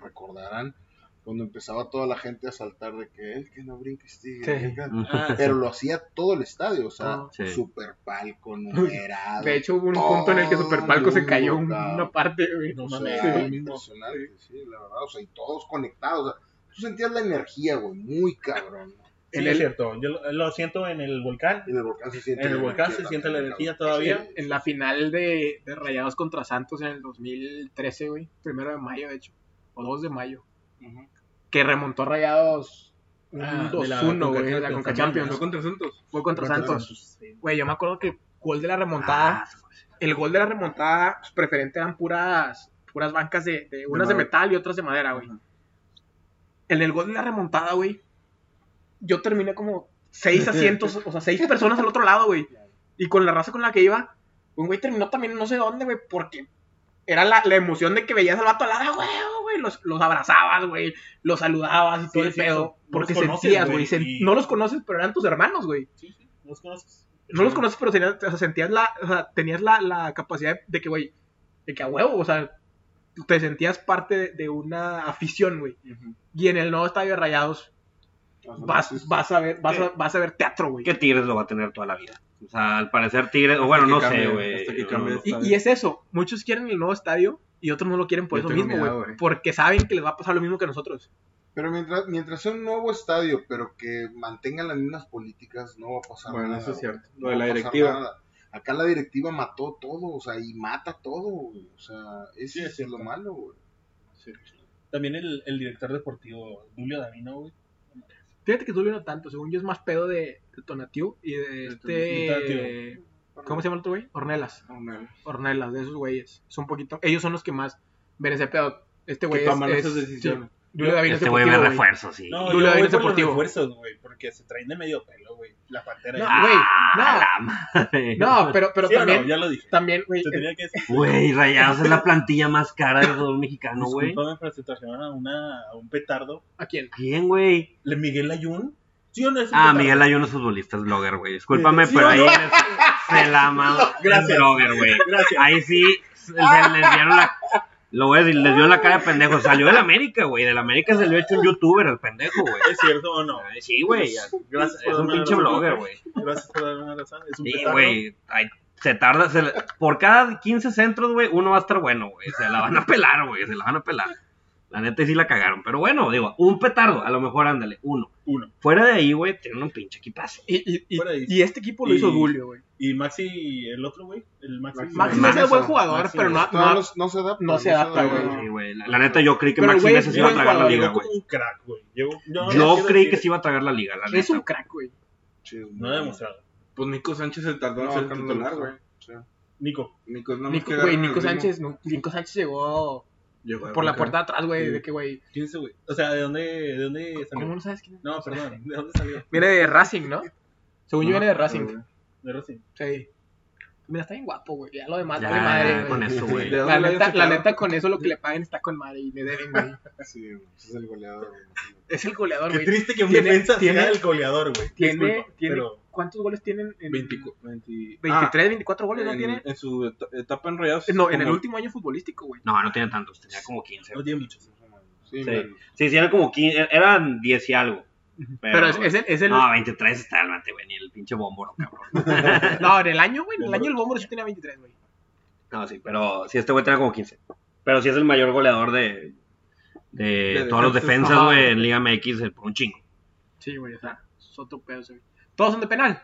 Speaker 5: recordarán. Cuando empezaba toda la gente a saltar de que el que no brinque, sigue,
Speaker 2: Sí.
Speaker 5: el que-
Speaker 4: Ah,
Speaker 5: pero lo hacía todo el estadio, o sea,
Speaker 2: Ah,
Speaker 1: sí.
Speaker 5: super palco, numerado.
Speaker 2: De hecho, hubo un punto en el que Superpalco se cayó un-
Speaker 5: Todo,
Speaker 2: una parte, güey.
Speaker 4: no
Speaker 5: o
Speaker 4: mames,
Speaker 5: sea,
Speaker 4: güey, mismo.
Speaker 5: impresionante, sí, la verdad, o sea, y todos conectados, o sea, tú sentías la energía, güey, muy cabrón. ¿no?
Speaker 4: Sí,
Speaker 2: En
Speaker 4: es
Speaker 2: el-
Speaker 4: cierto. Yo lo, lo siento en el volcán.
Speaker 5: En el volcán se siente
Speaker 4: En el volcán se
Speaker 5: también,
Speaker 4: siente la
Speaker 5: cabrón.
Speaker 4: energía todavía.
Speaker 2: En la final de, de Rayados contra Santos en el 2013, güey. Primero de mayo, de hecho. O 2 de mayo.
Speaker 5: Ujú.
Speaker 2: que remontó Rayados un
Speaker 4: Ah, de la
Speaker 2: 2-1, güey, de
Speaker 4: Conca
Speaker 2: la Conca
Speaker 4: Champions.
Speaker 2: Champions.
Speaker 3: ¿No contra Santos?
Speaker 2: Fue contra
Speaker 5: Contra
Speaker 2: Santos. Ah,
Speaker 4: Sí.
Speaker 2: Güey, yo me acuerdo que el gol de la
Speaker 1: Ah,
Speaker 2: remontada, el gol de la remontada, pues, preferente eran puras, puras bancas de, de- unas de
Speaker 3: madera.
Speaker 2: metal y otras de madera, güey. En el gol de la remontada, güey, yo terminé como seis asientos, o sea, seis personas al otro lado, güey. Y con la raza con la que iba, un güey terminó también no sé dónde, güey, porque era la, la emoción de que veías al vato al lado, güey, güey, los, los abrazabas, güey, los saludabas y todo
Speaker 4: Sí,
Speaker 2: el
Speaker 4: sí,
Speaker 2: pedo.
Speaker 4: son- no
Speaker 2: porque
Speaker 4: los conoces,
Speaker 2: sentías,
Speaker 4: güey,
Speaker 2: güey, sen-
Speaker 4: y-
Speaker 2: no los conoces, pero eran tus hermanos, güey.
Speaker 4: Sí, sí, los conoces.
Speaker 2: No los conoces, pero tenías, o sea, sentías la, o sea, tenías la, la capacidad de que, güey, de que a huevo, o sea, te sentías parte de, de una afición, güey.
Speaker 4: Ujú.
Speaker 2: Y en el nuevo estadio de Rayados
Speaker 3: Ah,
Speaker 2: vas, vas a ver, vas a, vas a ver teatro, güey.
Speaker 1: ¿Qué Tigres lo va a tener toda la vida? O sea, al parecer Tigres, o bueno,
Speaker 3: que
Speaker 1: no
Speaker 3: cambie,
Speaker 1: sé, güey.
Speaker 3: hasta que
Speaker 1: No,
Speaker 3: cambie.
Speaker 1: no.
Speaker 2: Y, y es eso, muchos quieren el nuevo estadio y otros no lo quieren por
Speaker 3: Yo
Speaker 2: eso
Speaker 3: tengo
Speaker 2: mismo,
Speaker 3: miedo,
Speaker 2: güey.
Speaker 3: güey.
Speaker 2: Porque saben que les va a pasar lo mismo que a nosotros.
Speaker 5: Pero mientras, mientras sea un nuevo estadio, pero que mantengan las mismas políticas, no va a pasar
Speaker 3: Bueno,
Speaker 5: nada.
Speaker 3: eso es
Speaker 5: güey.
Speaker 3: cierto.
Speaker 5: No
Speaker 3: Lo de
Speaker 5: va
Speaker 3: la
Speaker 5: a pasar
Speaker 3: directiva.
Speaker 5: nada. Acá la directiva mató todo, o sea, y mata todo, güey. O sea, eso
Speaker 4: Sí, es
Speaker 5: es lo malo, güey.
Speaker 4: También el, el director deportivo, Julio Davino, güey.
Speaker 2: Fíjate que tú no tanto, según yo es más pedo de, de Tonatiu y de este...
Speaker 4: Tonatiuh.
Speaker 2: ¿Cómo se llama el otro güey? Ornelas.
Speaker 3: No, no.
Speaker 2: Ornelas, de esos güeyes. Son poquito. Ellos son los que más ven ese pedo. Este güey
Speaker 3: Que
Speaker 2: es.
Speaker 3: toman
Speaker 2: es-
Speaker 3: esas decisiones.
Speaker 2: sí. Julio Davino es
Speaker 1: Este güey ve
Speaker 2: deportivo, güey.
Speaker 1: refuerzos, sí.
Speaker 4: No,
Speaker 2: Julio
Speaker 4: yo voy
Speaker 2: Davino
Speaker 4: por
Speaker 2: Deportivo.
Speaker 4: los refuerzos, güey, porque se traen de medio pelo, güey. La pantera.
Speaker 2: No,
Speaker 4: ¿Sí
Speaker 2: güey,
Speaker 1: Ah,
Speaker 2: no.
Speaker 1: la madre.
Speaker 2: No, pero, pero
Speaker 4: o no?
Speaker 2: también.
Speaker 4: Ya lo dije.
Speaker 2: También, güey.
Speaker 4: Te
Speaker 2: eh,
Speaker 4: tenía que decir.
Speaker 1: Güey, Rayados es la plantilla más cara del fútbol mexicano, güey.
Speaker 4: Disculpame por situación a, una, a un petardo.
Speaker 2: ¿A quién?
Speaker 1: ¿Quién, güey?
Speaker 4: ¿Le Miguel Ayun? ¿Sí o no es un
Speaker 1: Ah,
Speaker 4: petardo?
Speaker 1: Miguel Ayuno es futbolista, es blogger, güey. Discúlpame,
Speaker 4: Sí,
Speaker 1: pero
Speaker 4: o
Speaker 1: ahí
Speaker 4: no.
Speaker 1: les- se la mamó.
Speaker 4: Gracias.
Speaker 1: Es blogger, güey.
Speaker 4: Gracias.
Speaker 1: Ahí sí se les dieron la. Lo voy a decir, les dio la cara de pendejo. Salió del América, güey. Del América se le ha hecho un youtuber, el pendejo, güey.
Speaker 4: ¿Es cierto o no?
Speaker 1: Ay, Sí, güey. ya.
Speaker 4: Gracias por
Speaker 1: Es un
Speaker 4: darme la
Speaker 1: pinche
Speaker 4: razón.
Speaker 1: blogger, güey.
Speaker 4: Gracias por darme la razón. Es un
Speaker 1: Sí,
Speaker 4: petardo.
Speaker 1: güey. ay, Se tarda. se le- Por cada 15 centros, güey, uno va a estar bueno, güey. Se la van a pelar, güey. Se la van a pelar. La neta sí la cagaron. Pero bueno, digo, un petardo. A lo mejor, ándale, uno.
Speaker 4: Uno.
Speaker 1: Fuera de ahí, güey, tienen un pinche equipazo.
Speaker 2: Y, y, y,
Speaker 4: Fuera de ahí.
Speaker 2: y este equipo lo
Speaker 4: Y-
Speaker 2: hizo Julio, güey.
Speaker 4: Y Maxi, el otro, güey. El Maxi.
Speaker 5: Maxi.
Speaker 2: Maxi
Speaker 1: Maxi
Speaker 2: es un buen
Speaker 5: es-
Speaker 2: jugador,
Speaker 4: Maxi
Speaker 2: pero
Speaker 4: es-
Speaker 2: no.
Speaker 5: No,
Speaker 2: no-
Speaker 5: no, no se adapta.
Speaker 2: no se adapta, güey.
Speaker 1: Sí, güey. La, la neta, yo creí que
Speaker 2: Pero,
Speaker 1: Maxi
Speaker 2: güey,
Speaker 1: Mesa se iba a
Speaker 2: buen
Speaker 1: tragar la
Speaker 2: jugador,
Speaker 1: liga,
Speaker 4: Llegó
Speaker 1: güey.
Speaker 4: como un crack, güey. Llegó- no, no
Speaker 1: Yo
Speaker 4: quiero
Speaker 1: creí que
Speaker 4: decir-
Speaker 1: se iba a tragar la liga, la
Speaker 2: es
Speaker 1: neta.
Speaker 2: un
Speaker 1: güey.
Speaker 2: crack, güey.
Speaker 4: No ha demostrado.
Speaker 3: Pues Nico Sánchez se tardó en
Speaker 5: No,
Speaker 3: ser
Speaker 5: no,
Speaker 3: titular,
Speaker 5: no.
Speaker 3: güey.
Speaker 4: Nico.
Speaker 3: Nico, no
Speaker 2: Nico, güey, Nico Sánchez, no, Nico Sánchez llegó por la puerta de atrás, güey.
Speaker 3: Sí.
Speaker 2: De que, güey.
Speaker 4: ¿Quién es ese, güey? O sea, ¿de dónde, de dónde salió?
Speaker 2: ¿Cómo no sabes quién es?
Speaker 4: No, perdón. ¿De dónde salió?
Speaker 2: Viene de Racing, ¿no? Según yo viene de Racing.
Speaker 4: De Racing.
Speaker 2: Sí. Mira, está bien guapo, güey. Ya lo demás,
Speaker 1: Ya,
Speaker 2: vale madre, güey.
Speaker 1: con eso, güey.
Speaker 3: ¿De dónde
Speaker 2: La
Speaker 3: lo
Speaker 2: neta,
Speaker 3: hayan
Speaker 2: la
Speaker 3: sacado?
Speaker 2: neta, con eso lo que le paguen está con madre y le deben, güey.
Speaker 5: Sí, güey, ese es el goleador. güey.
Speaker 2: Es el goleador,
Speaker 4: Qué
Speaker 2: güey.
Speaker 4: triste que un
Speaker 2: Tiene-
Speaker 4: defensa
Speaker 2: tiene-
Speaker 4: sea el goleador, güey.
Speaker 2: Tiene,
Speaker 4: Disculpa,
Speaker 2: tiene
Speaker 4: pero-
Speaker 2: ¿Cuántos goles tienen? En
Speaker 3: 24, 20 Ah,
Speaker 2: 23, 24 goles, ¿no
Speaker 3: en-
Speaker 2: tiene? Eh,
Speaker 3: En su et- etapa en Rayados.
Speaker 2: No, en el
Speaker 3: como-
Speaker 2: último año futbolístico, güey.
Speaker 1: No, no tiene tantos, tenía como 15.
Speaker 4: No tiene muchos.
Speaker 1: Sí.
Speaker 5: Sí, man.
Speaker 1: Sí, sí, eran como 15, eran 10 y algo.
Speaker 2: Pero, es, es el. Es el
Speaker 1: No,
Speaker 2: no.
Speaker 1: 23 está el mate, güey, ni el pinche bomboro, cabrón.
Speaker 2: en el año, güey. En el año el Bomber sí tenía 23, güey.
Speaker 1: No, sí, pero sí, este güey tenía como 15. Pero sí es el mayor goleador de, de, todos los
Speaker 3: defensas.
Speaker 1: defensas,
Speaker 2: Ajá.
Speaker 1: güey, en Liga MX, eh, por un chingo.
Speaker 2: Sí, güey, o sea, Ah, es otro pedo, ese, güey. Todos son de penal.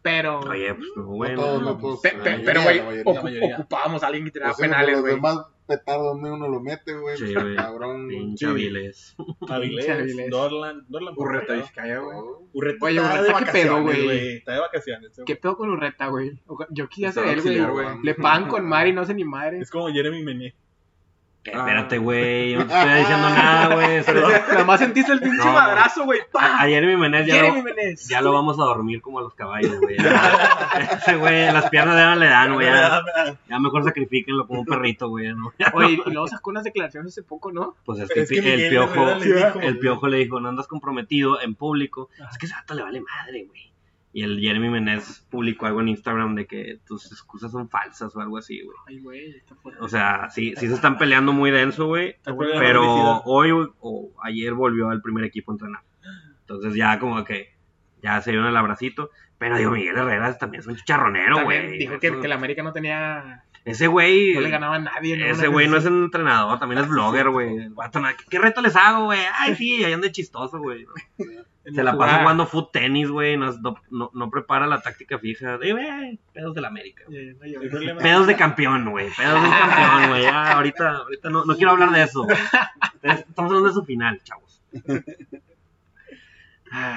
Speaker 2: Pero.
Speaker 1: Oye, pues,
Speaker 5: No
Speaker 1: bueno.
Speaker 5: todos, no todos.
Speaker 2: pe-
Speaker 5: la
Speaker 2: pe-
Speaker 5: mayoría,
Speaker 2: pero, güey,
Speaker 5: la mayoría.
Speaker 2: ocu-
Speaker 4: mayoría.
Speaker 2: ocupábamos a alguien que tiraba
Speaker 5: Pues sí, porque
Speaker 2: penales,
Speaker 5: los
Speaker 2: güey.
Speaker 5: demás petardos donde uno lo mete, güey.
Speaker 1: Sí,
Speaker 5: pues,
Speaker 1: güey.
Speaker 5: Cabrón. güey.
Speaker 1: Pinche
Speaker 4: Sí.
Speaker 1: Avilés.
Speaker 4: Avilés,
Speaker 2: Avilés.
Speaker 4: Dorlan, Dorlan. por
Speaker 3: Urreta
Speaker 4: favor.
Speaker 3: Vizcaya, güey.
Speaker 5: Oh,
Speaker 4: Urreta
Speaker 2: Oye,
Speaker 4: está de
Speaker 2: Urreta, ¿qué
Speaker 4: vacaciones,
Speaker 2: pedo, güey?
Speaker 4: Está de vacaciones. ese
Speaker 2: ¿Qué
Speaker 4: güey.
Speaker 2: pedo con Urreta, güey? O ca- Yo quisiera ser
Speaker 3: Estaba
Speaker 2: él,
Speaker 3: auxiliar,
Speaker 2: güey.
Speaker 3: güey.
Speaker 2: Le pagan con madre y no sé ni madre.
Speaker 4: Es como Jeremy Mené.
Speaker 1: Que,
Speaker 3: Ah.
Speaker 1: Espérate, güey, yo no te estoy diciendo nada, güey. espérate.
Speaker 2: Nada más sentiste el pinche
Speaker 1: No.
Speaker 2: madrazo, güey.
Speaker 1: A-
Speaker 2: ¡Pah!
Speaker 1: Ayer mi Menés ya,
Speaker 2: Jeremy
Speaker 1: lo,
Speaker 2: Menez.
Speaker 1: ya lo vamos a dormir como a los caballos, güey. Ya. Ese güey, las piernas ya no le dan, güey. Ya, ya mejor sacrifíquenlo como un perrito, güey. ¿no?
Speaker 2: Oye, y luego sacó unas declaraciones hace poco, ¿no?
Speaker 1: Pues es que,
Speaker 4: Es que
Speaker 1: pi- el
Speaker 4: Miguel
Speaker 1: piojo,
Speaker 4: Herrera le dijo,
Speaker 1: el
Speaker 4: güey.
Speaker 1: piojo le dijo, no andas comprometido en público. Es que ese vato le vale madre, güey. Y el Jeremy Menez publicó algo en Instagram de que tus excusas son falsas o algo así, güey.
Speaker 2: Ay, güey, está fuerte.
Speaker 1: O sea, sí, sí se están peleando muy denso, güey.
Speaker 4: Pero,
Speaker 1: Pero hoy o ayer volvió al primer equipo a entrenar. Entonces ya como que ya se dieron el abracito. Pero digo, Miguel Herrera también es un chicharronero,
Speaker 2: También
Speaker 1: güey.
Speaker 2: Dijo que, que el América no tenía.
Speaker 1: Ese güey...
Speaker 2: No le Ah, ganaba a nadie, ¿no?
Speaker 1: Ese
Speaker 2: Una
Speaker 1: güey no es
Speaker 2: cosa
Speaker 1: un entrenador, también es blogger, güey. El vato, na- ¿Qué reto les hago, güey? Ay, sí, ahí anda chistoso, güey.
Speaker 2: así.
Speaker 1: Se la pasa
Speaker 2: Jugaba.
Speaker 1: jugando foot tenis, güey. No, no- no- no prepara la táctica fija. Eh, güey, pedos del América. güey.
Speaker 2: Eh, no, yo-
Speaker 4: El problema
Speaker 1: Pedos de campeón, güey. Pedos de campeón, güey. Ya, ahorita, ahorita no, no quiero hablar de eso. güey. Entonces, Estamos hablando de su final, chavos.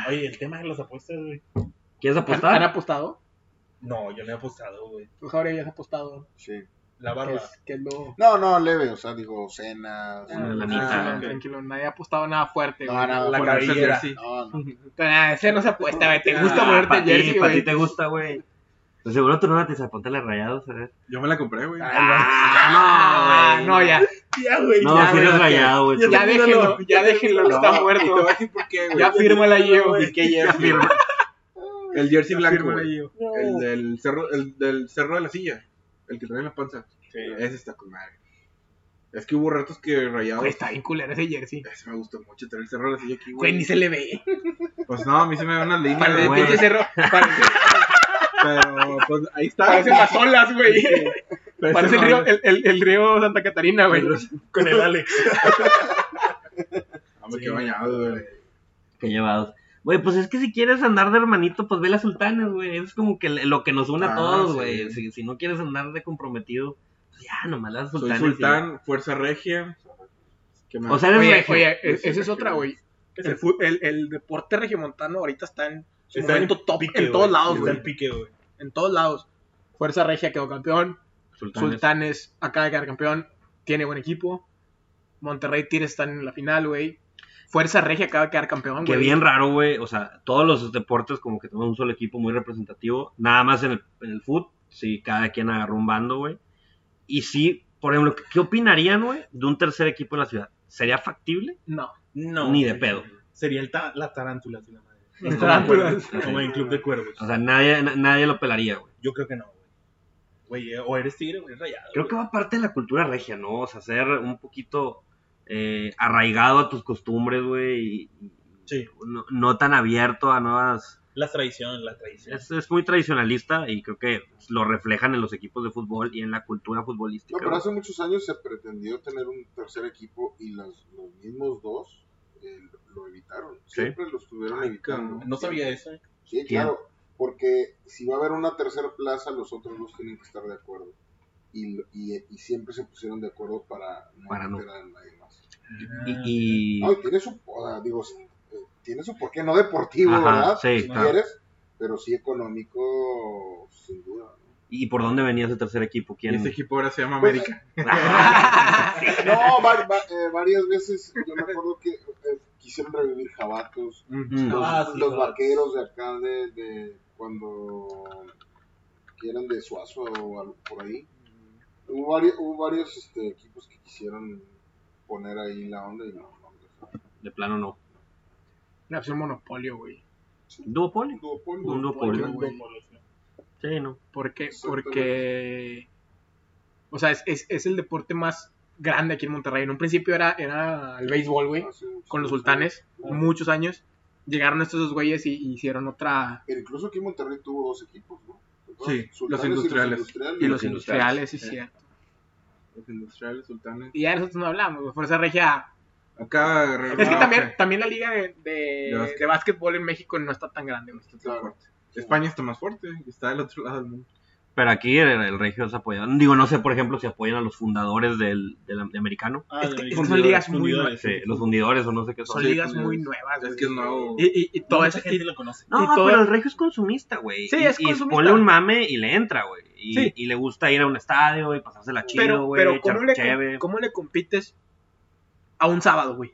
Speaker 4: Oye, el tema de las apuestas, güey.
Speaker 1: ¿Quieres
Speaker 2: ¿Han, han
Speaker 1: apostar?
Speaker 2: apostado?
Speaker 4: No, yo no he apostado, güey.
Speaker 2: Tú, Javier, ya has apostado.
Speaker 5: Sí.
Speaker 4: Ah, La
Speaker 2: ¿Qué
Speaker 4: barba.
Speaker 2: es, qué es lo...
Speaker 5: No, no, leve, o sea, digo, cena.
Speaker 1: Una
Speaker 5: una-
Speaker 1: lanita.
Speaker 5: Ah,
Speaker 2: tranquilo, tranquilo, nadie ha apostado nada fuerte.
Speaker 5: No,
Speaker 2: güey.
Speaker 5: no,
Speaker 4: la
Speaker 2: Ponerse el
Speaker 4: cabellera.
Speaker 2: jersey.
Speaker 5: No, no.
Speaker 2: Ah, ese no se apuesta, güey. Te gusta
Speaker 1: Ah,
Speaker 2: ponerte
Speaker 1: pa' ti,
Speaker 2: jersey,
Speaker 1: pa' ti
Speaker 2: güey.
Speaker 1: te gusta, güey. Pues seguro tú no te apuntale rayados, a ver.
Speaker 3: Yo me la compré, güey.
Speaker 2: Ah, no, ya.
Speaker 4: Ya, güey.
Speaker 1: No,
Speaker 4: ya,
Speaker 1: si eres
Speaker 4: güey,
Speaker 1: rayado, güey.
Speaker 4: Ya
Speaker 1: tú.
Speaker 2: Ya
Speaker 4: míralo,
Speaker 2: déjenlo,
Speaker 4: ya
Speaker 2: ya déjenlo, no
Speaker 5: míralo.
Speaker 2: está
Speaker 4: Te voy
Speaker 2: muerto.
Speaker 4: a decir por qué, güey.
Speaker 2: Ya fírmala, Gio.
Speaker 4: güey.
Speaker 3: ¿Qué jersey? El jersey blanco, güey.
Speaker 4: No.
Speaker 3: El del cerro, el del cerro de la silla. El que trae en la panza.
Speaker 4: Sí.
Speaker 3: Ese está con madre. Es que hubo ratos que rayados.
Speaker 2: Güey, está bien culero ese jersey.
Speaker 3: Ese me gustó mucho traer el cerro de la silla aquí,
Speaker 2: Güey, ni
Speaker 3: güey.
Speaker 2: se le ve.
Speaker 3: Pues no, a mí se me van las líneas,
Speaker 2: Parece
Speaker 1: güey.
Speaker 2: pinche cerro. Parece,
Speaker 3: Pero pues ahí está.
Speaker 2: parecen las olas, güey.
Speaker 3: Parece
Speaker 2: Parece el
Speaker 3: una
Speaker 2: río,
Speaker 3: ola.
Speaker 2: el, el, el río Santa Catarina, güey.
Speaker 4: Con el Alex. Sí,
Speaker 3: Hombre, qué bañado, güey.
Speaker 1: Qué llevados. Güey, pues es que si quieres andar de hermanito, pues ve las sultanas, güey. Es como que lo que nos une a
Speaker 3: Ah,
Speaker 1: todos,
Speaker 3: sí.
Speaker 1: güey. Si, si no quieres andar de comprometido, pues ya, nomás las
Speaker 3: Soy
Speaker 1: sultanas.
Speaker 3: sultán, fuerza regia. ¿Qué
Speaker 1: y-
Speaker 3: más?
Speaker 1: O sea, eres
Speaker 2: Oye,
Speaker 1: regio.
Speaker 2: oye, e- esa es otra, güey. El, fu- el, el deporte regiomontano ahorita está en su
Speaker 4: Está en
Speaker 2: momento top
Speaker 4: pique,
Speaker 2: en todos
Speaker 4: güey.
Speaker 2: lados,
Speaker 4: Está
Speaker 2: güey.
Speaker 4: en pique, güey.
Speaker 2: En todos lados. Fuerza Regia quedó campeón.
Speaker 1: sultanes.
Speaker 2: Sultanes acaba de quedar campeón. Tiene buen equipo. Monterrey Tigres están en la final, güey. Fuerza Regia acaba de quedar campeón,
Speaker 1: Que
Speaker 2: güey.
Speaker 1: bien raro, güey. O sea, todos los deportes como que tenemos un solo equipo muy representativo. Nada más en el, en el foot, sí, cada quien agarró un bando, güey. Y sí, por ejemplo, ¿qué- ¿qué opinarían, güey, de un tercer equipo en la ciudad? ¿Sería factible?
Speaker 2: No.
Speaker 4: No.
Speaker 1: Ni de pedo.
Speaker 4: Sería el ta- la tarántula, si la madre.
Speaker 2: Las tarántulas.
Speaker 4: Como en Club de Cuervos.
Speaker 1: O sea, nadie, na- nadie lo pelaría, güey.
Speaker 4: Yo creo que no, güey. Güey, eh, o eres tigre o eres rayado.
Speaker 1: Creo que va parte de la cultura regia, ¿no? O sea, ser un poquito eh, arraigado a tus costumbres, güey. y- y
Speaker 4: Sí.
Speaker 1: No, no tan abierto a nuevas...
Speaker 4: La traición, la traición.
Speaker 1: Es, es muy tradicionalista y creo que lo reflejan en los equipos de fútbol y en la cultura
Speaker 5: No,
Speaker 1: futbolística.
Speaker 5: pero
Speaker 1: güey.
Speaker 5: hace muchos años se pretendió tener un tercer equipo y los, los mismos dos eh, lo evitaron.
Speaker 1: Sí.
Speaker 5: Siempre lo estuvieron evitando.
Speaker 4: No sabía eso. eh.
Speaker 5: Sí, claro, porque si va a haber una tercera plaza, los otros dos tienen que estar de acuerdo. Y, y, y siempre se pusieron de acuerdo para no
Speaker 1: Para no.
Speaker 5: meter a nadie más.
Speaker 4: Ah,
Speaker 1: Y, y-
Speaker 5: No, y tiene su, o sea, digo, sí, eh, tiene su porqué, no deportivo,
Speaker 1: Ajá,
Speaker 5: ¿verdad?
Speaker 1: sí,
Speaker 5: si
Speaker 1: claro.
Speaker 5: quieres, pero sí económico, sin duda. ¿no?
Speaker 1: ¿y por dónde venía ese tercer equipo?
Speaker 3: Y
Speaker 1: ¿Quién?
Speaker 3: ese equipo ahora se llama
Speaker 5: Pues,
Speaker 3: América.
Speaker 5: No, va- va- eh, varias veces yo me acuerdo que eh, quisieron revivir Jabatos,
Speaker 1: Mm.
Speaker 5: los,
Speaker 4: Ah, sí,
Speaker 5: los
Speaker 4: Jabatos.
Speaker 5: vaqueros de acá, de, de cuando que eran de Suazo o algo por ahí. Hubo varios, hubo varios este, equipos que quisieron poner ahí la onda y no. no, no.
Speaker 1: De plano no.
Speaker 2: No, es un monopolio, güey.
Speaker 1: Duopolio.
Speaker 5: Duopolio.
Speaker 1: Un duopolio. Sí, no.
Speaker 2: ¿Por qué?
Speaker 5: Exactamente.
Speaker 2: Porque. O sea, es, es- es el deporte más grande aquí en Monterrey. En un principio era, era el béisbol,
Speaker 3: Ah,
Speaker 2: güey,
Speaker 5: Hace muchos
Speaker 2: con los
Speaker 5: años.
Speaker 2: sultanes, muchos años. Llegaron estos dos güeyes y, y hicieron otra.
Speaker 5: Pero incluso aquí en Monterrey tuvo dos equipos, ¿no?
Speaker 3: Sí,
Speaker 5: Sultanes
Speaker 3: los
Speaker 5: y
Speaker 3: industriales.
Speaker 5: industriales.
Speaker 2: Y los industriales,
Speaker 1: industriales,
Speaker 2: sí, cierto.
Speaker 3: Los industriales, sultanes.
Speaker 2: Y ya nosotros no hablamos, güey. Fuerza
Speaker 3: Ah,
Speaker 2: Regia.
Speaker 3: Acá
Speaker 2: Es que
Speaker 3: regresamos.
Speaker 2: también, también la liga de, de,
Speaker 3: De básquet.
Speaker 2: de básquetbol en México no está tan grande, güey.
Speaker 5: Claro.
Speaker 3: España está más fuerte. y Está del otro lado del mundo.
Speaker 1: Pero aquí el, el regio es apoyado. Digo, no sé, por ejemplo, si apoyan a los fundadores del, del- de americano.
Speaker 4: Ah,
Speaker 2: Es que- es que son ligas muy
Speaker 1: Sí, los fundidores o no sé qué son.
Speaker 2: Son
Speaker 3: Sí,
Speaker 2: ligas
Speaker 3: pues,
Speaker 2: muy
Speaker 3: es-
Speaker 2: nuevas,
Speaker 3: Es
Speaker 2: güey.
Speaker 3: que es nuevo.
Speaker 2: Y, y, y todo
Speaker 4: Toda
Speaker 2: eso.
Speaker 4: esa gente lo conoce.
Speaker 1: No,
Speaker 2: y todo-
Speaker 1: pero el regio es consumista, güey.
Speaker 2: Sí,
Speaker 1: y,
Speaker 2: es
Speaker 1: y
Speaker 2: consumista.
Speaker 1: ponle un mame y le entra, güey. Y,
Speaker 2: Sí.
Speaker 1: y le gusta ir a un estadio y pasársela chido,
Speaker 2: pero,
Speaker 1: güey.
Speaker 2: pero
Speaker 1: echar
Speaker 2: ¿cómo, le,
Speaker 1: cheve.
Speaker 2: com- ¿cómo le compites a un sábado, güey?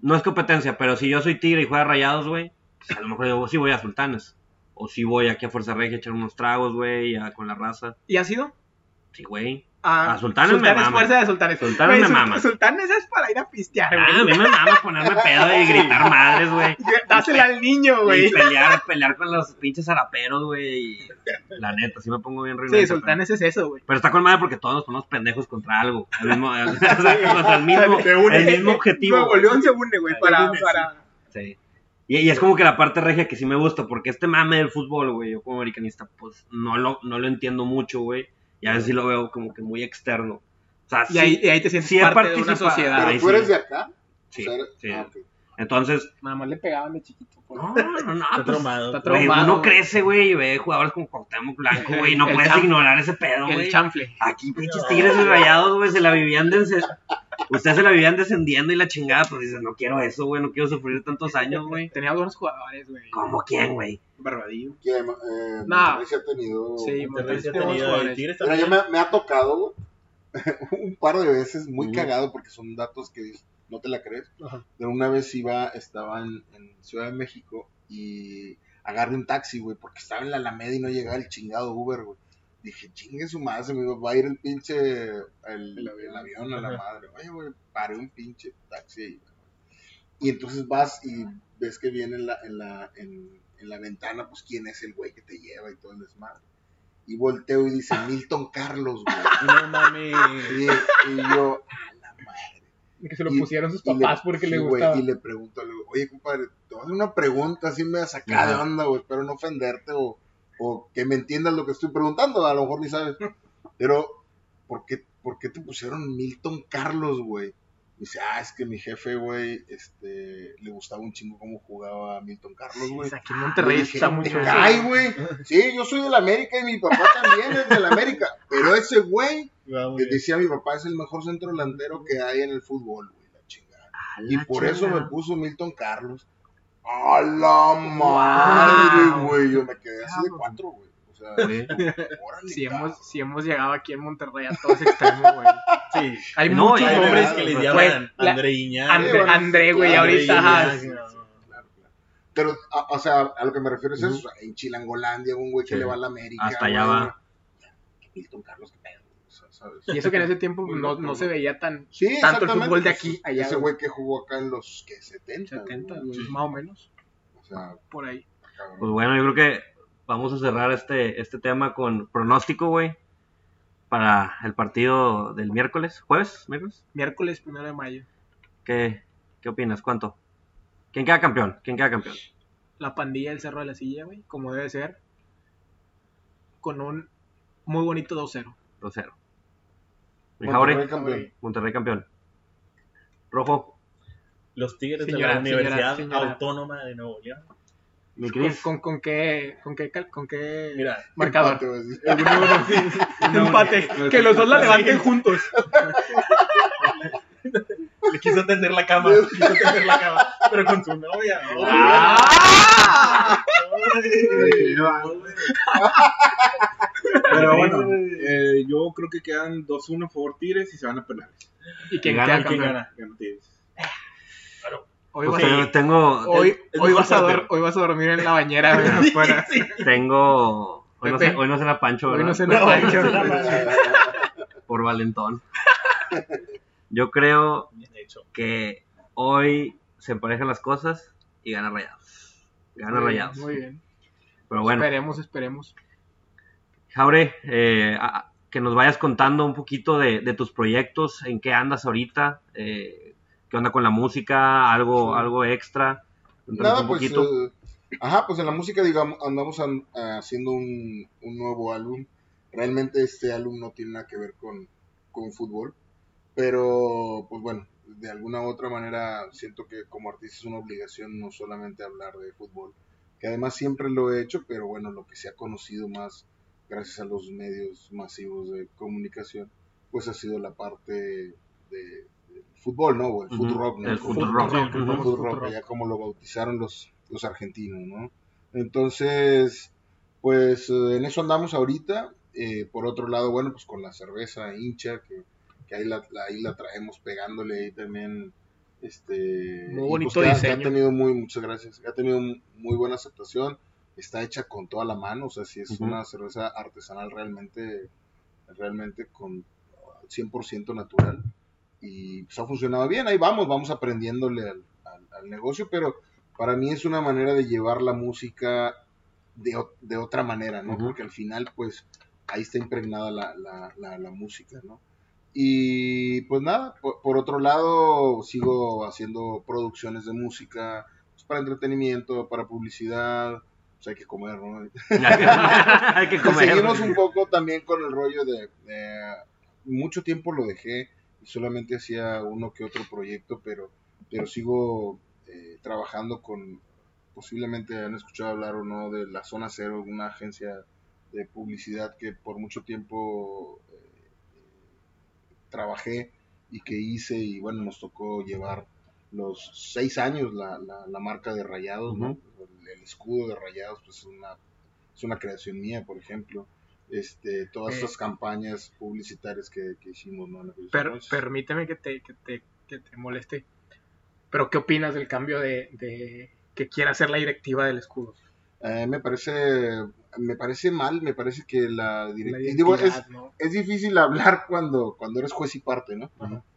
Speaker 1: No es competencia, pero si yo soy tigre y juega rayados, güey, pues a lo mejor yo sí voy a sultanes. O sí voy aquí a Fuerza Regia a echar unos tragos, güey, a- con la raza.
Speaker 2: ¿Y ha sido?
Speaker 1: Sí, güey.
Speaker 2: A,
Speaker 1: A Sultanes me mama.
Speaker 2: Fuerza de Sultanes.
Speaker 1: Sultanes
Speaker 2: Güey,
Speaker 1: me
Speaker 2: Sul-
Speaker 1: mama.
Speaker 2: Sultanes es para ir a pistear,
Speaker 1: Ah, a mí
Speaker 2: güey.
Speaker 1: me mama ponerme pedo y gritar madres, güey.
Speaker 2: Dásela al niño,
Speaker 1: Y
Speaker 2: güey.
Speaker 1: pelear, pelear con los pinches zaraperos, güey. y La neta, sí me pongo bien ruinoso.
Speaker 2: Sí, Sultanes es eso, güey.
Speaker 1: Pero, pero está con madre porque todos nos ponemos pendejos contra algo. El mismo, o sea, contra el mismo,
Speaker 2: Te
Speaker 1: el mismo objetivo.
Speaker 2: Nuevo León se une, güey, para, para...
Speaker 1: Sí. Y, y es como que la parte regia que sí me gusta, porque este mame del fútbol, güey, yo como americanista, pues no lo, no lo entiendo mucho, güey. Y a veces sí lo veo como que muy externo. O sea,
Speaker 2: Y
Speaker 1: sí,
Speaker 2: ahí, y ahí te sientes
Speaker 1: sí he
Speaker 2: parte de una Ah,
Speaker 1: participado.
Speaker 5: Pero
Speaker 2: sociedad.
Speaker 1: Ahí
Speaker 5: tú
Speaker 1: sí.
Speaker 5: eres de acá.
Speaker 1: sí,
Speaker 5: O sea,
Speaker 1: sí.
Speaker 5: ah, ok.
Speaker 1: Entonces,
Speaker 2: Nada más le pegaban de chiquito. por-
Speaker 1: no, no, no.
Speaker 4: Ah, Está
Speaker 1: pues,
Speaker 4: traumado.
Speaker 2: está
Speaker 1: güey,
Speaker 2: traumado,
Speaker 1: uno
Speaker 2: güey.
Speaker 1: crece, güey, y ve jugadores como Cuauhtémoc Blanco, güey, y no
Speaker 2: El
Speaker 1: puedes
Speaker 2: champ-
Speaker 1: ignorar ese pedo,
Speaker 2: El
Speaker 1: güey.
Speaker 2: chanfle.
Speaker 1: Aquí pinches tigres y rayados, güey, se la vivían de... se- Ustedes se la vivían descendiendo y la chingada, pues dices, no quiero eso, güey, no quiero sufrir tantos años, güey.
Speaker 2: Tenía buenos jugadores, güey.
Speaker 1: ¿Cómo quién, güey?
Speaker 3: Barbadillo.
Speaker 5: Que eh, Monterrey
Speaker 2: Nah.
Speaker 5: sí ha tenido.
Speaker 2: Sí,
Speaker 4: Monterrey
Speaker 2: Monterrey
Speaker 4: sí ha
Speaker 2: tenía buenos
Speaker 4: tenido. y
Speaker 2: jugadores.
Speaker 4: Este Tigres
Speaker 5: Mira, yo
Speaker 4: también.
Speaker 5: me, me ha tocado güey, un par de veces, muy
Speaker 4: Ujú.
Speaker 5: cagado, porque son datos que dices, no te la crees.
Speaker 4: Ajá.
Speaker 5: Pero una vez iba, estaba en, en Ciudad de México y agarré un taxi, güey, porque estaba en la Alameda y no llegaba el chingado Uber, güey. Dije, chingue su madre, se me va a ir el pinche, el, el avión, a la
Speaker 4: Ajá.
Speaker 5: madre. Oye, güey, paré un pinche taxi ahí. Y entonces vas y ves que viene en la, en la, en, en la ventana, pues quién es el güey que te lleva y todo el desmadre. Y volteo y dice Milton Carlos, güey.
Speaker 4: No mames.
Speaker 5: Y, y yo, a la madre.
Speaker 3: Que se lo
Speaker 5: Y-
Speaker 3: pusieron sus
Speaker 5: Y le-
Speaker 3: papás porque
Speaker 5: sí,
Speaker 3: le
Speaker 5: güey,
Speaker 3: gustaba.
Speaker 5: Y le pregunto, le digo, oye, compadre, te voy a hacer una pregunta así me saca
Speaker 1: Ajá.
Speaker 5: de onda, güey. Espero no ofenderte o, o que me entiendas lo que estoy preguntando. A lo mejor ni sabes. Pero, ¿por qué, por qué te pusieron Milton Carlos, güey? Dice, ah, es que mi jefe, güey, este, le gustaba un chingo cómo jugaba Milton Carlos, güey.
Speaker 2: Aquí en Monterrey
Speaker 5: Dije,
Speaker 2: está
Speaker 5: "Te
Speaker 2: mucho.
Speaker 5: cae, güey. Sí, yo soy del América y mi papá también es del América. Pero ese güey,
Speaker 4: Va muy
Speaker 5: que
Speaker 4: bien.
Speaker 5: decía mi papá, es el mejor centro delantero que hay en el fútbol, güey, la chingada. Y
Speaker 1: la
Speaker 5: por eso me
Speaker 1: chingada.
Speaker 5: puso Milton Carlos. ¡A la madre,
Speaker 1: Wow.
Speaker 5: güey! Yo me quedé así de cuatro, güey. O sea,
Speaker 1: pues
Speaker 5: órale,
Speaker 2: Si
Speaker 5: cabrón.
Speaker 2: hemos, si hemos llegado aquí en Monterrey a todos extremos, güey.
Speaker 4: Sí.
Speaker 2: Hay
Speaker 1: No,
Speaker 2: muchos
Speaker 4: Hay
Speaker 5: Ay,
Speaker 2: hombres.
Speaker 4: hombres
Speaker 5: verdad,
Speaker 4: que les
Speaker 5: güey.
Speaker 4: llaman
Speaker 2: La-
Speaker 4: André Iñárritu.
Speaker 2: André,
Speaker 5: bueno,
Speaker 2: André, güey,
Speaker 5: sí,
Speaker 2: ahorita. Ah,
Speaker 4: André
Speaker 2: ajá.
Speaker 4: Iñárritu.
Speaker 5: Claro, claro. Pero, a- o sea, a lo que me refiero es eso. o sea, En Chilangolandia, un güey que
Speaker 1: Sí.
Speaker 5: le va a la América.
Speaker 1: Hasta
Speaker 5: güey,
Speaker 1: allá va.
Speaker 5: Milton Carlos, qué pedo. o sea, ¿sabes?
Speaker 2: Y eso que en ese tiempo
Speaker 5: Muy
Speaker 2: no,
Speaker 5: loco,
Speaker 2: no
Speaker 5: güey.
Speaker 2: se veía tan
Speaker 5: Sí,
Speaker 2: tanto el
Speaker 5: exactamente. pues,
Speaker 2: fútbol de aquí, allá,
Speaker 5: Ese
Speaker 2: güey.
Speaker 5: güey que jugó acá en los que 70.
Speaker 2: 70,
Speaker 5: güey.
Speaker 2: güey, más o menos,
Speaker 5: O sea,
Speaker 2: por ahí.
Speaker 5: cabrón.
Speaker 1: Pues bueno, yo creo que vamos a cerrar este, este tema con pronóstico, güey, para el partido del miércoles, jueves, miércoles.
Speaker 2: Miércoles primero de mayo.
Speaker 1: ¿Qué, qué opinas? ¿Cuánto? ¿Quién queda campeón? ¿Quién queda campeón?
Speaker 2: La pandilla del Cerro de la Silla, güey, como debe ser. Con un muy bonito 2-0.
Speaker 1: 2-0. Mi
Speaker 5: Monterrey
Speaker 1: Jaure,
Speaker 5: campeón.
Speaker 1: Monterrey campeón. Rojo,
Speaker 4: Los Tigres
Speaker 2: Señora,
Speaker 4: de la
Speaker 2: señora,
Speaker 4: Universidad
Speaker 2: señora.
Speaker 4: Autónoma de Nuevo León.
Speaker 1: mi
Speaker 2: ¿Con,
Speaker 1: Cris.
Speaker 2: con, con qué, con qué, cal- con qué
Speaker 4: Mira,
Speaker 2: marcador?
Speaker 5: Empate, güey, sí.
Speaker 2: Empate. Que los dos la levanten juntos.
Speaker 4: le quiso tender la cama. le quiso tender la cama. Pero con su novia. ¿no?
Speaker 2: Ah.
Speaker 1: Ah,
Speaker 3: Pero bueno, eh, yo creo que quedan 2-1 a favor Tigres y se van a penales.
Speaker 2: ¿Y quién
Speaker 1: Gana,
Speaker 2: queda
Speaker 1: ¿quién
Speaker 4: ¿Quién
Speaker 2: campeón?
Speaker 4: gana?
Speaker 3: Gana Tigres.
Speaker 2: Hoy
Speaker 1: Pues
Speaker 2: vas
Speaker 1: yo
Speaker 2: a-
Speaker 1: tengo,
Speaker 2: Hoy,
Speaker 4: es
Speaker 2: hoy,
Speaker 4: mejor
Speaker 2: vas a dor-
Speaker 4: portero.
Speaker 2: hoy vas a dormir en la bañera, güey, afuera.
Speaker 1: tengo, hoy no,
Speaker 2: Pepe.
Speaker 1: se, hoy no será Pancho,
Speaker 2: Hoy
Speaker 1: ¿verdad?
Speaker 2: no se nos va a ir.
Speaker 1: Por Valentón. Yo creo
Speaker 4: Bien hecho.
Speaker 1: que hoy se emparejan las cosas y gana Rayados. Gana
Speaker 2: Muy bien,
Speaker 1: Rayados.
Speaker 2: Muy bien.
Speaker 1: Pero bueno,
Speaker 2: Esperemos, esperemos.
Speaker 1: Jaure, eh, a- a- que nos vayas contando un poquito de, de tus proyectos, en qué andas ahorita, eh, qué onda con la música, algo,
Speaker 5: Sí.
Speaker 1: algo extra. Cuéntanos
Speaker 5: Nada,
Speaker 1: un
Speaker 5: pues.
Speaker 1: poquito.
Speaker 5: eh, ajá, pues en la música, digamos, andamos an- haciendo un, un nuevo álbum. Realmente este álbum no tiene nada que ver con, con fútbol. Pero, pues bueno, de alguna u otra manera siento que como artista es una obligación no solamente hablar de fútbol, que además siempre lo he hecho, pero bueno, lo que se ha conocido más gracias a los medios masivos de comunicación, pues ha sido la parte de, del fútbol, ¿no? O el
Speaker 1: Ujú,
Speaker 5: foot rock, ¿no?
Speaker 1: el foot rock.
Speaker 5: El
Speaker 1: Ujú.
Speaker 5: foot rock, ya como lo bautizaron los, los argentinos, ¿no? Entonces, pues eh, en eso andamos ahorita. Eh, por otro lado, bueno, pues con la cerveza hincha, que, que ahí, la, la- ahí la traemos pegándole ahí también. Este,
Speaker 2: Muy
Speaker 5: y,
Speaker 2: bonito
Speaker 5: que ha- que ha,
Speaker 2: diseño.
Speaker 5: tenido muy, muchas gracias, que ha tenido muy buena aceptación. Está hecha con toda la mano, o sea, si es
Speaker 1: Ujú.
Speaker 5: una cerveza artesanal realmente, realmente con 100% natural. Y pues ha funcionado bien, ahí vamos, vamos aprendiéndole al- al- al negocio, pero para mí es una manera de llevar la música de, o- de otra manera, ¿no?
Speaker 1: Ujú.
Speaker 5: Porque al final, pues, ahí está impregnada la, la- la- la música, ¿no? Y pues nada, por, por otro lado, sigo haciendo producciones de música pues, para entretenimiento, para publicidad, pues hay que comer, ¿no?
Speaker 1: Hay que comer.
Speaker 5: Seguimos un poco también con el rollo de, de- mucho tiempo lo dejé y solamente hacía uno que otro proyecto, pero pero sigo eh, eh, trabajando con, posiblemente han escuchado hablar o no, de la Zona Cero, una agencia de publicidad que por mucho tiempo eh, eh, trabajé y que hice y bueno, nos tocó llevar los seis años la, la, la marca de Rayados, ¿no? el, el escudo de Rayados, pues es una, es una creación mía, por ejemplo. Este, todas
Speaker 2: Eh.
Speaker 5: esas campañas publicitarias que, que hicimos, ¿no? En aquellos
Speaker 2: Per-
Speaker 5: entonces.
Speaker 2: permíteme que te, que, te, que te moleste. Pero, ¿qué opinas del cambio de, de que quiera hacer la directiva del escudo?
Speaker 5: Eh, me parece me parece mal, me parece que la
Speaker 2: La
Speaker 5: directiva... Digo, es,
Speaker 2: identidad, ¿no?
Speaker 5: es difícil hablar cuando, cuando eres juez y parte, ¿no?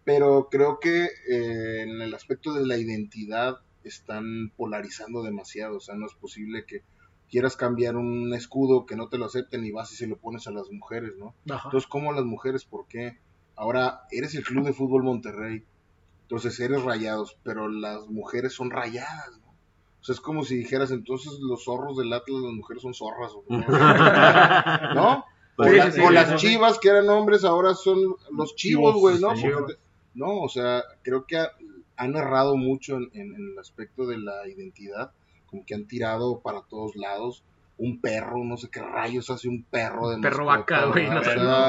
Speaker 5: Pero creo que eh, en el aspecto de la identidad están polarizando demasiado, o sea, no es posible que quieras cambiar un escudo que no te lo acepten y vas y se lo pones a las mujeres, ¿no?
Speaker 2: Ajá.
Speaker 5: Entonces, ¿cómo las mujeres? ¿Por qué? Ahora, eres el Club de Fútbol Monterrey, entonces eres rayados, pero las mujeres son rayadas, ¿no? O sea, es como si dijeras, entonces los zorros del Atlas, las mujeres son zorras, ¿o ¿no? ¿No? O,
Speaker 2: Sí, sí,
Speaker 5: la-
Speaker 2: sí,
Speaker 5: o
Speaker 2: sí,
Speaker 5: las
Speaker 2: sí.
Speaker 5: chivas que eran hombres ahora son los chivos, güey, ¿no?
Speaker 1: sí,
Speaker 5: Porque
Speaker 1: chivos.
Speaker 5: te- no, o sea, creo que ha- han errado mucho en, en- en el aspecto de la identidad, como que han tirado para todos lados un perro, no sé qué rayos hace un perro de
Speaker 2: Perro
Speaker 5: mascota,
Speaker 2: vaca, güey,
Speaker 5: ¿verdad?
Speaker 2: no
Speaker 5: O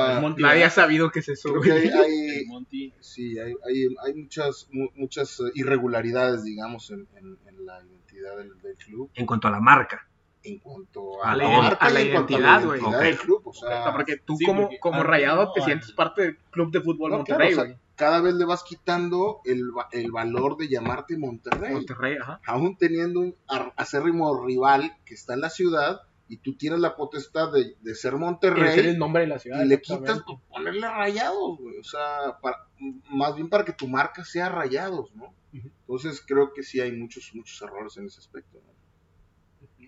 Speaker 2: sé.
Speaker 5: sea,
Speaker 4: Monty,
Speaker 2: Nadie ha sabido que se
Speaker 5: Ah, creo
Speaker 2: sube.
Speaker 5: que hay, hay-
Speaker 4: El Monty.
Speaker 5: sí, hay, hay- hay muchas, mu- muchas eh, irregularidades, digamos, en, en- en la identidad del, del club
Speaker 1: En cuanto a la marca.
Speaker 5: en cuanto
Speaker 1: A
Speaker 5: a,
Speaker 1: la
Speaker 5: la,
Speaker 1: ident-
Speaker 5: marca
Speaker 2: a la
Speaker 5: y en cuanto a
Speaker 2: identidad, güey.
Speaker 5: identidad del club, o sea,
Speaker 2: O sea, porque tú
Speaker 4: Sí,
Speaker 2: como,
Speaker 4: porque
Speaker 2: como
Speaker 4: antes
Speaker 2: rayado
Speaker 4: no,
Speaker 2: te
Speaker 4: antes-
Speaker 2: sientes parte del club de fútbol
Speaker 5: No, claro,
Speaker 2: Monterrey,
Speaker 5: o sea,
Speaker 2: güey.
Speaker 5: cada vez le vas quitando el, va- el valor de llamarte Monterrey,
Speaker 2: Monterrey, ajá.
Speaker 5: aún teniendo un ar- acérrimo rival que está en la ciudad y tú tienes la potestad de, de ser
Speaker 2: Ese era
Speaker 5: Monterrey
Speaker 2: el nombre de la ciudad.
Speaker 5: y le
Speaker 2: exactamente.
Speaker 5: quitas pues, ponerle rayados, güey, o sea, para- m- más bien para que tu marca sea rayados, ¿no?
Speaker 2: Ujú.
Speaker 5: Entonces creo que sí hay muchos, muchos errores en ese aspecto. ¿no?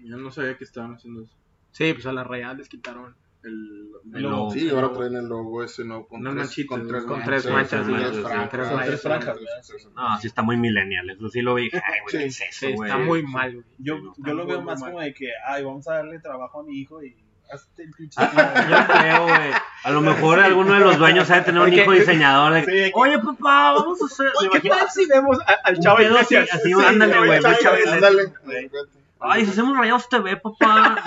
Speaker 3: Yo no sabía que estaban haciendo eso.
Speaker 2: Sí, pues a las rayadas les quitaron.
Speaker 3: El,
Speaker 1: El
Speaker 4: Lo-
Speaker 1: logo.
Speaker 5: Sí, y ahora traen el logo ese no con,
Speaker 3: Unas
Speaker 5: tres,
Speaker 3: manchitas,
Speaker 5: con tres
Speaker 2: con tres
Speaker 1: manchas,
Speaker 5: con
Speaker 1: sí,
Speaker 5: franjas,
Speaker 2: tres
Speaker 5: con
Speaker 2: manchas.
Speaker 5: franjas,
Speaker 4: Sí.
Speaker 5: tres-
Speaker 1: No, sí está muy millennial. Eso sí lo vi. Ay, güey, ¿qué es
Speaker 5: Sí,
Speaker 1: eso,
Speaker 2: Sí,
Speaker 1: güey?
Speaker 2: está muy mal, güey.
Speaker 4: Yo,
Speaker 1: Sí, no.
Speaker 4: yo lo
Speaker 2: Muy,
Speaker 4: veo
Speaker 2: muy
Speaker 4: más
Speaker 2: mal.
Speaker 4: como de que, ay, vamos a darle trabajo a mi hijo y hazte el pinche.
Speaker 2: Ah,
Speaker 1: Yo creo, güey. A lo mejor alguno de los dueños sabe tener un
Speaker 2: Porque-
Speaker 1: hijo diseñador. de-
Speaker 4: Sí, de que-
Speaker 1: Oye, papá, vamos a hacer. ¿te
Speaker 2: ¿Qué
Speaker 1: imaginas?
Speaker 2: tal si vemos a- al
Speaker 1: Un
Speaker 2: Chavo
Speaker 1: pedo así,
Speaker 2: Iglesias?
Speaker 1: así, ándale,
Speaker 4: sí,
Speaker 1: güey.
Speaker 4: sí,
Speaker 1: mucha-
Speaker 4: sí,
Speaker 5: Ándale,
Speaker 1: Ay, si hacemos rayados TV, papá.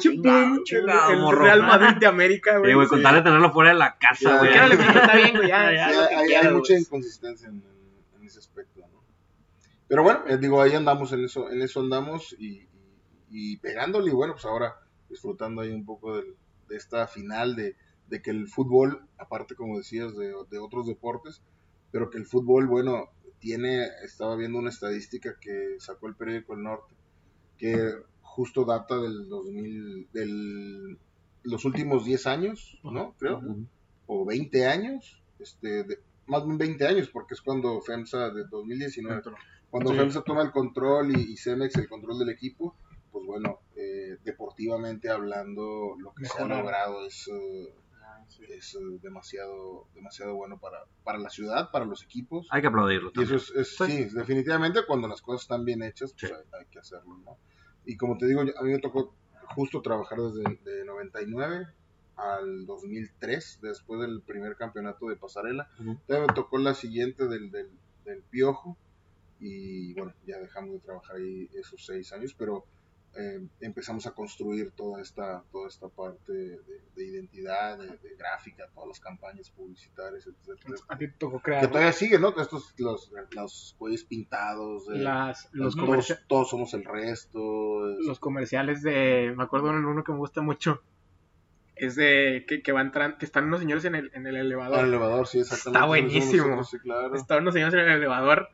Speaker 2: Chingado,
Speaker 1: chingado,
Speaker 2: el
Speaker 1: morro.
Speaker 2: Real Madrid de América,
Speaker 1: Sí, güey,
Speaker 2: güey.
Speaker 1: con tal de tenerlo fuera de la casa,
Speaker 5: Ya,
Speaker 1: güey.
Speaker 5: ya.
Speaker 2: Quiero le dije, está bien, güey, ya.
Speaker 1: Ya,
Speaker 5: Sí,
Speaker 2: ya.
Speaker 1: ya.
Speaker 5: hay,
Speaker 1: que
Speaker 5: hay
Speaker 1: quieras,
Speaker 5: mucha
Speaker 2: pues.
Speaker 5: inconsistencia en, en- en ese aspecto, ¿no? Pero bueno, eh, digo, ahí andamos, en eso, en eso andamos y, y pegándole y bueno, pues ahora disfrutando ahí un poco del- de esta final de, de que el fútbol, aparte como decías, de, de otros deportes, pero que el fútbol, bueno, tiene, estaba viendo una estadística que sacó el periódico El Norte, que justo data del 2000, del, los últimos 10 años, ¿no? Creo o 20 años, este, de- más bien 20 años, porque es cuando FEMSA de 2019, cuando
Speaker 4: Sí.
Speaker 5: FEMSA toma el control y, y CEMEX el control del equipo, pues bueno, eh, deportivamente hablando, lo que se ha
Speaker 4: Mejorar.
Speaker 5: logrado es, eh, es eh, demasiado, demasiado bueno para, para la ciudad, para los equipos.
Speaker 1: Hay que aplaudirlo.
Speaker 5: Y
Speaker 1: también.
Speaker 5: eso es, es-
Speaker 2: Pues-
Speaker 5: sí, definitivamente cuando las cosas están bien hechas, pues
Speaker 1: Sí.
Speaker 5: hay, hay que hacerlo, ¿no? Y como te digo, yo- a mí me tocó justo trabajar desde de 99 al 2003, después del primer campeonato de pasarela.
Speaker 1: Ujú.
Speaker 5: Todavía me tocó la siguiente del, del, del Piojo y bueno, ya dejamos de trabajar ahí esos seis años, pero eh, empezamos a construir toda esta, toda esta parte de, de identidad, de, de gráfica, todas las campañas publicitarias, etcétera, etcétera
Speaker 2: A ti te tocó
Speaker 5: que
Speaker 2: crear
Speaker 5: todavía sigue, ¿no? Estos, los, los cuellos pintados, eh,
Speaker 2: las, los,
Speaker 5: los
Speaker 2: comerci-
Speaker 5: todos, todos somos el resto. es-
Speaker 2: los comerciales de. Me acuerdo de uno que me gusta mucho. Es de que, que van tran- que están unos señores en el, en el
Speaker 5: ah, el
Speaker 2: elevador.
Speaker 5: elevador, sí, exactamente.
Speaker 2: Está
Speaker 5: lo hicimos
Speaker 2: buenísimo.
Speaker 5: nosotros, sí, claro.
Speaker 2: Están unos señores en el elevador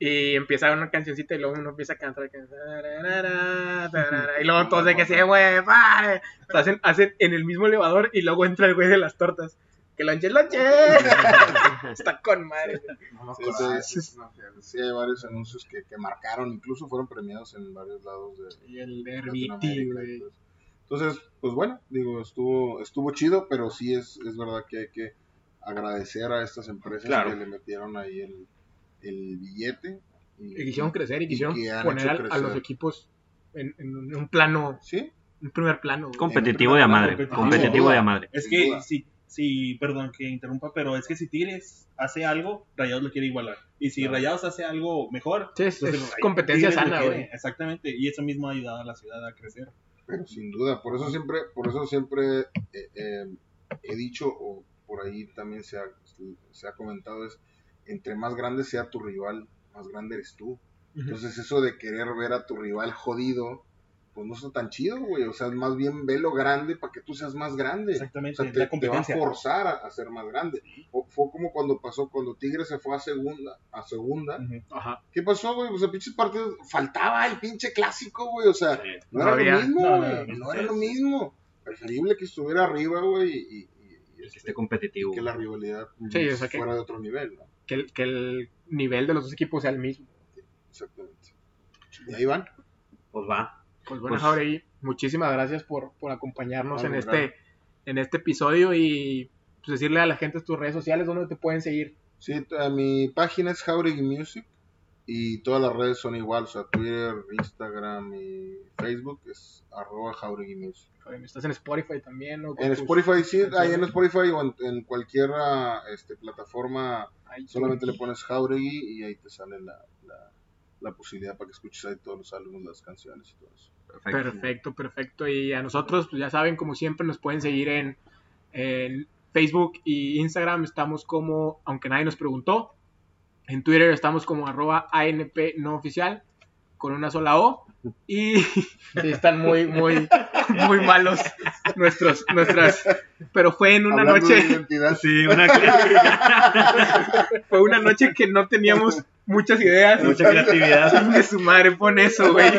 Speaker 2: y empieza una cancioncita y luego uno empieza a cantar. que- Y luego todos de que se güey, pare". Lo Hacen, hacen en el mismo elevador y luego entra el güey de las tortas. Que lonche, lonche. Está con madre.
Speaker 5: Sí, sí, sí, sí, hay varios anuncios que, que marcaron, incluso fueron premiados en varios lados de,
Speaker 2: Y el
Speaker 5: de
Speaker 2: Derby,
Speaker 5: Latinoamérica.
Speaker 2: güey.
Speaker 5: entonces. Entonces, pues bueno, digo, estuvo estuvo chido, pero sí es, es verdad que hay que agradecer a estas empresas
Speaker 1: Claro.
Speaker 5: que le metieron ahí el, el billete.
Speaker 2: Y quisieron crecer y
Speaker 5: y
Speaker 2: quisieron
Speaker 5: que han
Speaker 2: poner
Speaker 5: hecho
Speaker 2: al- a, los
Speaker 5: crecer.
Speaker 2: equipos en, en un- en un plano,
Speaker 5: Sí,
Speaker 2: un primer plano. güey.
Speaker 1: Competitivo de a madre.
Speaker 4: Competitivo.
Speaker 1: Competitivo de a madre.
Speaker 4: Es
Speaker 5: Sin
Speaker 4: que
Speaker 5: duda.
Speaker 4: si si, perdón que interrumpa, pero es que si Tigres hace algo, Rayados lo quiere igualar. Y si
Speaker 5: Claro.
Speaker 4: Rayados hace algo mejor,
Speaker 2: Sí, es,
Speaker 4: entonces
Speaker 2: es
Speaker 4: Rayados-
Speaker 2: competencia
Speaker 4: Tigres lo
Speaker 2: sana,
Speaker 4: quiere.
Speaker 2: güey.
Speaker 4: Exactamente, y eso mismo ha ayudado a la ciudad a crecer.
Speaker 5: Pero sin duda, por eso siempre, por eso siempre eh, eh, he dicho, o por ahí también se ha, se ha comentado, es entre más grande sea tu rival, más grande eres tú. Entonces eso de querer ver a tu rival jodido, pues no está tan chido, güey. O sea, más bien velo grande para que tú seas más grande. O
Speaker 4: Exactamente,
Speaker 5: sea, te, te
Speaker 4: la
Speaker 5: va a
Speaker 4: competencia.
Speaker 5: forzar a, a ser más grande. O- fue como cuando pasó, cuando Tigre se fue a segunda, a segunda.
Speaker 4: Ujú.
Speaker 2: Ajá.
Speaker 5: ¿Qué pasó, güey? O sea, pinches partidos, faltaba el pinche clásico, güey. O sea, no,
Speaker 2: No
Speaker 5: era
Speaker 2: había-
Speaker 5: lo mismo,
Speaker 4: no, no,
Speaker 5: güey. No,
Speaker 4: no,
Speaker 5: era
Speaker 4: sí,
Speaker 5: lo
Speaker 4: sí.
Speaker 5: mismo. Preferible que estuviera arriba, güey, y, y- y- y
Speaker 1: que
Speaker 5: este,
Speaker 1: esté competitivo.
Speaker 5: que la rivalidad
Speaker 2: Sí, o sea que-
Speaker 5: fuera de otro nivel, ¿no?
Speaker 2: Que, el, que el nivel de los dos equipos sea el mismo.
Speaker 5: Exactamente. Y ahí van.
Speaker 1: Pues va.
Speaker 2: Pues bueno,
Speaker 1: Pues-
Speaker 2: Jauregui, muchísimas gracias por, por acompañarnos
Speaker 5: Ah,
Speaker 2: en
Speaker 5: no,
Speaker 2: este, en este episodio y pues, decirle a la gente tus redes sociales donde te pueden seguir.
Speaker 5: Sí, t- eh, mi página es Jauregui Music y todas las redes son igual, o sea, Twitter, Instagram y Facebook es arroba Jauregui Music.
Speaker 2: Jauregui, Estás en Spotify también. ¿no? Con
Speaker 5: En
Speaker 2: tus-
Speaker 5: Spotify, sí,
Speaker 2: canciones.
Speaker 5: ahí en Spotify o en, en cualquier ah, este, plataforma,
Speaker 2: iTunes.
Speaker 5: solamente le pones Jauregui y ahí te sale la, la, la posibilidad para que escuches ahí todos los álbumes, las canciones y todo eso.
Speaker 1: Perfecto.
Speaker 2: Perfecto, perfecto. Y a nosotros, pues ya saben, como siempre, nos pueden seguir en, en Facebook y Instagram. Estamos como, aunque nadie nos preguntó, en Twitter estamos como arroba ANP no oficial, con una sola O. Y sí, están muy, muy, muy malos nuestros, nuestras. Pero fue en una
Speaker 5: Hablando de
Speaker 2: noche,
Speaker 5: identidad,
Speaker 1: Sí, una cre-
Speaker 2: fue una noche que no teníamos muchas ideas.
Speaker 1: mucha creatividad.
Speaker 2: Que su madre pone eso, güey.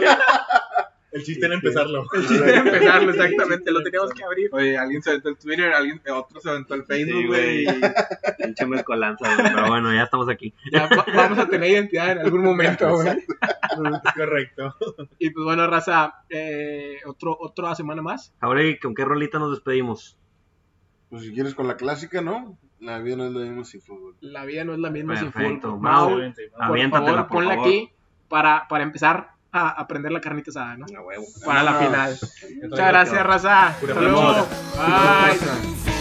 Speaker 4: El chiste era empezarlo.
Speaker 2: Empezarlo, exactamente. Lo teníamos que abrir.
Speaker 3: Oye, alguien se aventó el Twitter, alguien, otro se aventó el Facebook,
Speaker 1: Sí,
Speaker 3: güey.
Speaker 1: güey. Pinche mezcolanza, güey. Pero bueno, ya estamos aquí.
Speaker 2: Ya, va- vamos a tener identidad en algún momento, güey.
Speaker 4: Correcto.
Speaker 2: Y pues bueno, raza, eh, otro, otra semana más.
Speaker 1: Ahora, ¿y ¿con qué rolita nos despedimos?
Speaker 5: Pues si quieres con la clásica, ¿no? La vida no es la misma sin fútbol.
Speaker 2: La vida no es la misma sin
Speaker 1: Perfecto,
Speaker 2: fútbol.
Speaker 1: Mau,
Speaker 2: Mau,
Speaker 4: Excelente, vamos.
Speaker 1: Ah,
Speaker 2: por
Speaker 1: Aviéntatela,
Speaker 2: favor,
Speaker 1: por
Speaker 2: ponla
Speaker 1: favor.
Speaker 2: aquí para, para empezar a aprender la carnita asada, ¿no?
Speaker 1: A huevo.
Speaker 2: Para la
Speaker 5: Ah,
Speaker 2: final. Muchas gracias, raza. Hasta
Speaker 1: Pura
Speaker 2: luego.
Speaker 1: memoria.
Speaker 2: Bye.
Speaker 6: Bye.